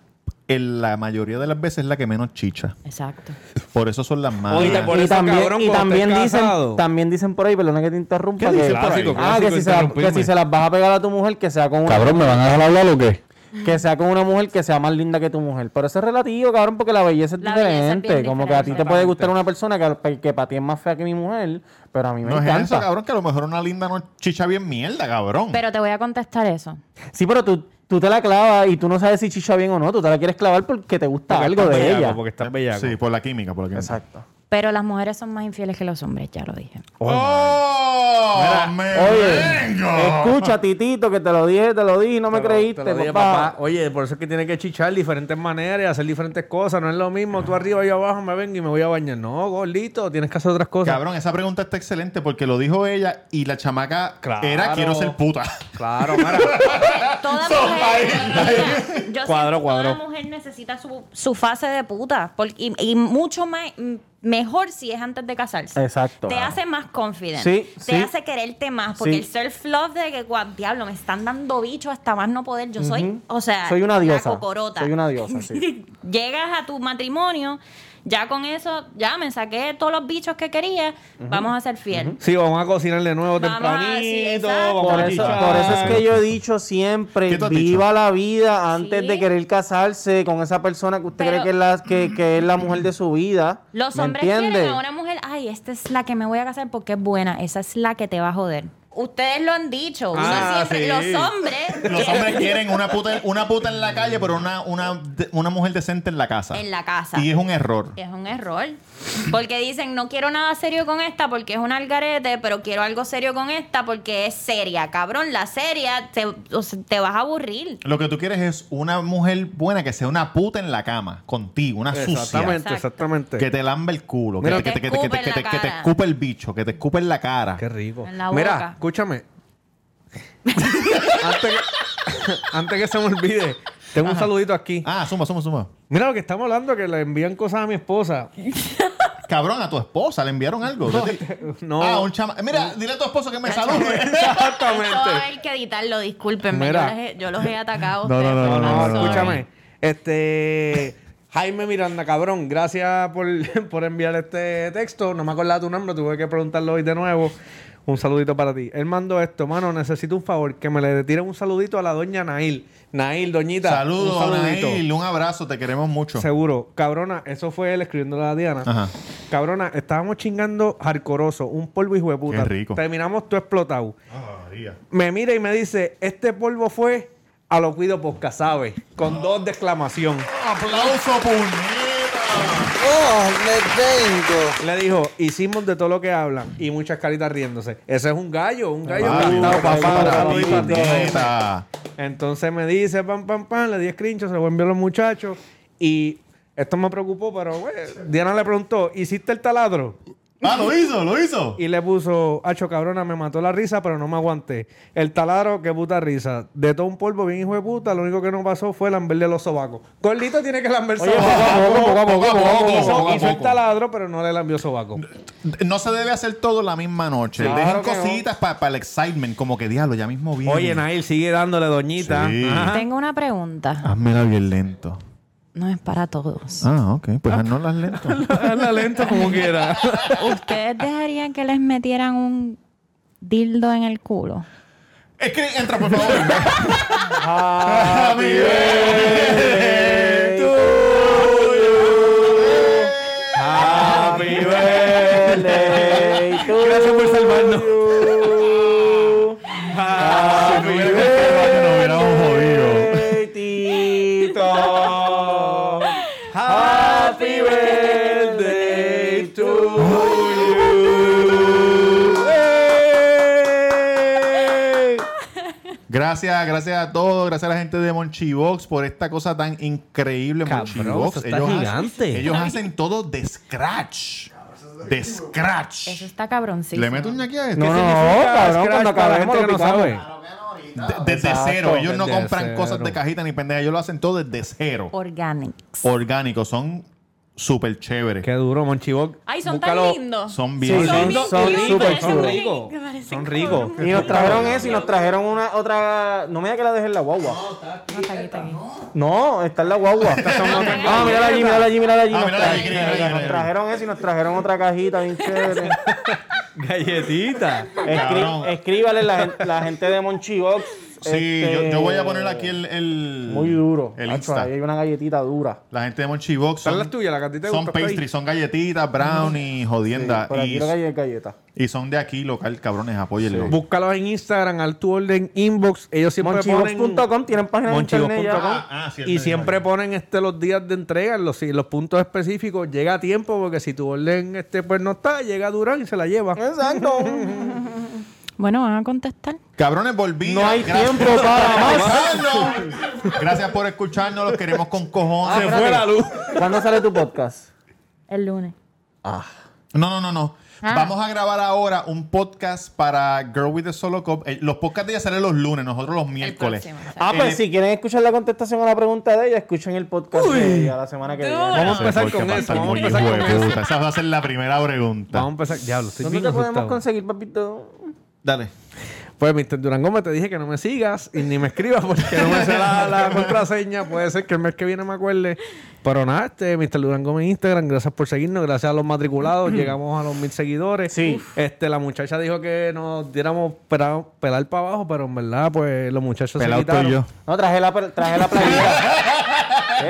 F: en la mayoría de las veces, es la que menos chicha.
E: Exacto.
F: Por eso son las más.
D: Oye, por
C: Ah. y
D: eso,
C: también,
D: cabrón,
C: y
D: cuando
C: también
D: estés
C: dicen,
D: casado.
C: también dicen por ahí, perdona que te
F: ¿Qué
C: interrumpa. que,
F: dicen por ahí?
D: Clásico,
C: ah, que
D: clásico
C: si, se la- que
D: interrumpirme.
C: si se las vas a pegar a tu mujer, que sea con una
G: Cabrón, ¿me van a dejar hablar o qué?
C: que sea con una mujer que sea más linda que tu mujer. Pero eso es relativo, cabrón, porque la belleza es
E: La belleza es
C: diferente.
E: bien
C: Como que a ti te
E: diferente.
C: puede gustar una persona que, que para ti es más fea que mi mujer, pero a mí me
F: No es
C: encanta.
F: eso, cabrón, que a lo mejor una linda no chicha bien mierda, cabrón.
E: Pero te voy a contestar eso.
C: Sí, pero tú, tú te la clavas y tú no sabes si chicha bien o no. Tú te la quieres clavar porque te gusta
D: Porque
C: algo
D: estás
C: de
D: bellaco,
C: ella.
D: Porque estás bellaco.
F: Sí, por la química, por la química.
C: Exacto.
E: Pero las mujeres son más infieles que los hombres, ya lo dije.
F: ¡Oh! ¡Me
C: Oye,
F: vengo!
C: escucha, titito, que te lo dije, te lo dije, no me
D: Te lo-
C: creíste,
D: te lo dije,
C: papá.
D: papá. Oye, por eso es que tiene que chichar diferentes maneras y hacer diferentes cosas. No es lo mismo tú arriba, yo abajo, me vengo y me voy a bañar. No, gordito, tienes que hacer otras cosas.
F: Cabrón, esa pregunta está excelente porque lo dijo ella y la chamaca
D: Claro.
F: era quiero ser puta.
D: Claro, mara.
E: Toda
F: Son ahí,
E: mujer, yo
D: Cuadro,
E: siento que toda
D: cuadro.
E: mujer necesita su, su fase de puta. porque- y, y mucho más, mejor si es antes de casarse.
C: Exacto.
E: Te hace más confident.
C: Sí,
E: te
C: sí.
E: hace quererte más. Porque
C: Sí.
E: el self-love de que, guau, diablo, me están dando bicho hasta más no poder. Yo soy, o sea,
C: Soy una diosa.
E: la cocorota.
C: Soy una diosa, sí.
E: Llegas a tu matrimonio, ya con eso, ya me saqué todos los bichos que quería. Vamos a ser fiel.
D: Sí, vamos a cocinar de nuevo
E: Vamos a-
D: tempranito.
E: sí, exacto.
D: vamos
C: Por
D: a
C: eso,
D: chichar.
C: por eso es que yo he dicho siempre,
F: ¿Qué tú has
C: viva
F: dicho?
C: la vida antes
E: Sí.
C: de querer casarse con esa persona que usted cree
E: Pero-
C: que es, la, que, que es la mujer de su vida.
E: Los
C: ¿Me
E: hombres
C: entiende?
E: quieren a una mujer, ay, esta es la que me voy a casar porque es buena, esa es la que te va a joder. Ustedes lo han dicho. uno
D: Ah,
E: siempre-
D: sí.
E: Los hombres.
F: Los hombres quieren una puta, una puta en la calle, pero una, una, una mujer decente en la casa.
E: En la casa.
F: Y es un error.
E: Es un error. Porque dicen, no quiero nada serio con esta porque es un algarete, pero quiero algo serio con esta porque es seria. Cabrón, la seria te, o sea, te vas a aburrir.
F: Lo que tú quieres es una mujer buena que sea una puta en la cama contigo, una sucia.
D: Exactamente, exactamente.
F: Que te lamba el culo, que
D: Mira,
F: te- que
E: Te
F: te- que te- que
E: escupe en
F: te-
E: la
F: que te- que te
E: cara.
F: escupe el bicho, que te escupe en la cara.
D: Qué rico.
E: En la boca.
D: Mira, escúchame. antes, que, antes que se me olvide, tengo un saludito aquí.
F: Ah, suma, suma, suma.
D: Mira lo que estamos hablando, que le envían cosas a mi esposa.
F: Cabrón, a tu esposa le enviaron algo.
D: no.
F: Ah, un chama. Mira, dile a tu esposo que me salude.
E: Esto va a
D: Exactamente.
E: haber que editarlo, discúlpenme. Yo
D: Mira.
E: los, he, yo los he atacado. a
F: No,
E: ustedes,
F: no,
D: No,
E: pero
D: no,
E: I'm sorry.
D: escúchame. Este. Jaime Miranda, cabrón, gracias por, por enviar este texto. No me acordaba tu nombre, tuve que preguntarlo hoy de nuevo. Un saludito para ti. Él mandó esto, mano, necesito un favor, que me le tiren un saludito a la doña Nail. Nail, doñita. un
F: Saludos,
D: saludito.
F: Nail. Un abrazo, te queremos mucho.
D: Seguro. Cabrona, eso fue él escribiéndole a la Diana.
F: Ajá.
D: Cabrona, estábamos chingando hardcoroso, un polvo hijo de puta.
F: Qué rico.
D: Terminamos tú explotado. Me mira y me dice, este polvo fue a lo cuido posca, ¿sabes? Con dos de exclamación.
F: Aplauso, puñeta.
G: Oh, me vengo.
D: Le dijo, hicimos de todo lo que hablan y muchas caritas riéndose. Ese es un gallo, Ah, un gallo
F: Papi, un
D: cantado,
F: aplauso
D: papá.
F: para ti,
D: saludito a ti.
F: puñeta.
D: Entonces me dice, pam, pam, pam, le di screenshot, se lo envió a los muchachos. Y esto me preocupó, pero güey, Diana le preguntó, ¿hiciste el taladro?
F: Ah, lo hizo, lo hizo.
D: Y le puso, Acho cabrona, me mató la risa, pero no me aguanté. El taladro, qué puta risa. De todo un polvo, bien hijo de puta, lo único que no pasó fue lamberle los sobacos. Gordito tiene que lamber
C: Oye,
D: sobacos.
C: poco a poco, poco a poco,
F: poco
D: Hizo-
F: a poco.
D: Hizo el taladro, pero no le lambió sobaco.
F: No se debe hacer todo la misma noche.
D: Claro
F: Dejen
D: que no.
F: cositas para el excitement, como que diablo, ya mismo viene.
D: Oye, Nail, sigue dándole doñita.
F: Sí.
D: Ajá.
E: Tengo una pregunta.
F: Hazmela bien lento.
E: No es para todos.
F: Ah, ok. Pues no las lento.
D: Hazla lento como quiera.
E: ¿Ustedes dejarían que les metieran un dildo en el culo?
F: es que entra, por favor. Ah,
C: Happy
F: birthday
D: Happy
C: birthday to
D: Gracias por salvarnos.
F: Si no hubiera visto el baño, nos hubiéramos jodido.
D: Tito. Happy birthday to you. Hey.
F: Gracias, gracias a todos. Gracias a la gente de Monchibox por esta cosa tan increíble.
D: Cabrón,
F: Monchibox.
D: eso está
F: Hacen,
D: gigante.
F: ellos hacen todo de scratch. De
E: Eso
F: scratch.
E: está cabroncísimo.
F: ¿Le meto un ñaqui a esto?
C: No, no,
D: significa
C: cabrón,
D: scratch
C: cuando
D: para la
C: acabemos
D: gente que
C: lo
D: no sabe?
C: picamos.
F: De- desde
D: Exacto,
F: cero. Ellos no
D: desde
F: compran
D: cero.
F: cosas de cajita ni pendeja. Ellos lo hacen todo desde cero.
E: Organics.
F: Orgánicos. Son súper chéveres.
D: Qué duro, Monchiboc.
E: Ay, son
D: Búscalo.
E: tan lindos.
F: Son bien.
C: Sí,
E: Son bien
C: son
E: cute,
C: súper
E: parecen
C: chulos.
D: Son
E: cute,
D: ricos.
E: parecen
D: Son ricos.
E: cute.
C: Y nos trajeron eso y nos trajeron una otra. No me digas que la dejé en la guagua.
E: No, está aquí, está aquí.
C: No, está en la guagua. Ah, mírala allí, mírala allí, mírala allí.
F: Ah,
C: Nos
F: mírala allí, mírala allí,
C: trajeron-
F: mírala
C: Nos
F: allí.
C: trajeron eso y nos trajeron otra cajita bien chévere.
D: Galletita.
F: Cabrón.
C: Escri- Escríbale la, gen- la gente de Monchibox.
F: Sí, yo, yo voy a poner aquí el. el-
C: Muy duro.
F: El
C: Acho,
F: Insta.
C: ahí hay una galletita dura.
F: La gente de Monchibox.
D: Son
F: son-
D: las tuyas, las que a ti te
F: Son
D: gustan,
F: pastries, son galletitas, brownies, jodienda.
C: Por
F: Ah,
C: aquí
F: y,
C: lo que hay es galleta.
F: y son de aquí, local, cabrones, apóyenlo.
D: Búscalos en Instagram, al tu orden, inbox. Ellos siempre ponen...
C: Monchibox.com tienen página de internet ya.
D: Monchivos.com.
F: ah, sí, él me
D: y
F: dijo
D: siempre
F: ahí.
D: ponen este los días de entrega, los, sí, los puntos específicos. Llega a tiempo porque si tu orden este pues no está, llega Durán y se la lleva.
C: Ah, Exacto.
E: Bueno, van a contestar.
F: Cabrones, volví.
C: No hay
F: Gracias-
C: tiempo para más.
F: Escucharnos. Gracias por escucharnos, los queremos con cojones.
C: Se fue la luz. ¿Cuándo sale tu podcast?
E: El lunes.
F: No, no, no, no.
E: Ah.
F: Vamos a grabar ahora un podcast para Girl with the Solo Cup. Eh, los podcasts de ella salen los lunes, nosotros los miércoles.
E: próximo, exacto.
C: Ah, pues
F: Eh,
C: si quieren escuchar la contestación a la pregunta de ella, escuchen el podcast de ella la semana que viene.
D: Vamos a
F: ese
D: empezar
F: podcast
D: con
F: va a
D: eso.
F: estar
D: Vamos a
F: muy
D: empezar
F: hijo
D: con
F: de
D: eso.
F: puta. Esa va a ser la primera pregunta.
D: Vamos a empezar. Diablo, estoy
C: ¿Dónde
D: bien
C: te podemos
D: asustado.
C: conseguir, papito?
F: Dale.
D: Pues, Mr. Durán Gómez, te dije que no me sigas y ni me escribas porque no me sé la, la contraseña. Puede ser que el mes que viene me acuerde. Pero nada, este, Mr. Durán Gómez en Instagram, gracias por seguirnos, gracias a los matriculados, llegamos a los mil seguidores.
C: Sí.
D: Este, la muchacha dijo que nos diéramos pera- pelar para abajo, pero en verdad, pues los muchachos
F: Pelado
D: se quitaron.
F: tú y yo.
C: No, traje la, traje la playera.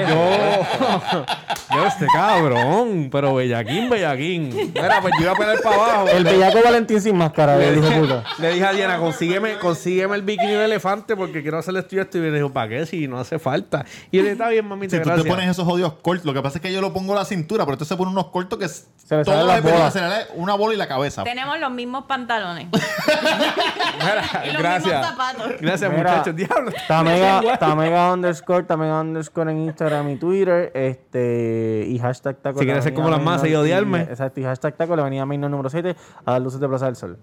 D: Yo, Yo, este cabrón, pero bellaquín, bellaquín. Mira, pues yo iba a pegar para abajo.
C: El bellaco Valentín sin máscara,
D: Le
C: el hijo
D: dije,
C: puta.
D: le dije a Diana, consígueme, consígueme el bikini de elefante porque quiero hacerle esto y esto. Y me dijo, ¿para qué? Si no hace falta. Y yo le dije, está bien, mamita,
F: Si tú te
D: gracias.
F: pones esos odios cortos, lo que pasa es que yo lo pongo a la cintura, pero entonces se pone unos cortos que
C: Se le salen
F: todo
C: las
F: de película
C: bolas.
F: se le da una bola y la cabeza.
E: Tenemos los mismos pantalones.
D: Mira,
E: y los mismos
D: gracias.
E: zapatos.
D: Gracias,
C: Mira,
D: muchachos. Diablo.
C: Tamega, Tamega underscore, Tamega underscore en Instagram y Twitter. Este, y hashtag taco.
D: Si
C: la
D: quieres ser
C: Avenida
D: como las
C: Main,
D: masas y odiarme.
C: Exacto, y hashtag taco, la avenida Main número 7, a las luces de Plaza del Sol.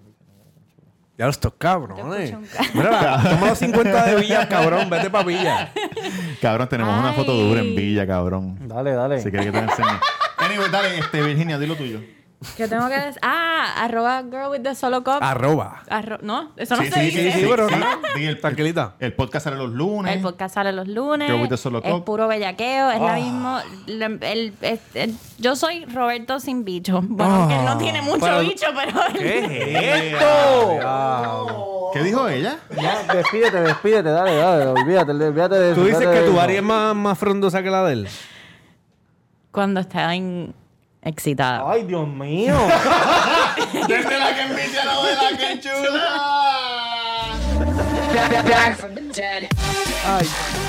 D: Ya estos cabrones.
E: Te escucho un ca-
D: Mira, toma los 50 de Villa, cabrón. Vete para Villa.
F: Cabrón, tenemos una foto
E: Ay.
F: dura en Villa, cabrón.
C: Dale, dale.
F: Si quieres que te la enseñe. Anyway, dale, este, Virginia, di lo tuyo.
E: Yo tengo que decir. Ah, arroba girl with the solo cop.
D: Arroba.
E: Arro- no, eso no
F: Sí,
E: se
F: sí,
E: dice.
D: sí, bueno,
F: sí, di el,
D: Tranquilita.
F: El podcast sale los lunes.
E: El podcast sale los lunes.
F: Girl with the solo
E: es
F: cop. Ah.
E: puro bellaqueo. Es la misma. el- el- es- el- yo soy Roberto sin bicho. Bueno, que él
F: Ah.
E: no tiene mucho
D: Pero-
E: bicho, pero.
D: ¿Qué es
F: ¿Qué dijo ella?
C: Ya, despídete, despídete, dale, dale, olvídate, olvídate de
D: Tú dices
C: olvídate
D: que
C: de
D: tu
C: eso.
D: área es más, más frondosa que la de él.
E: Cuando está en- excitada.
C: Ay, Dios mío.
F: Desde la que envidia no de la que chula.
H: Back from the dead.
D: Ay,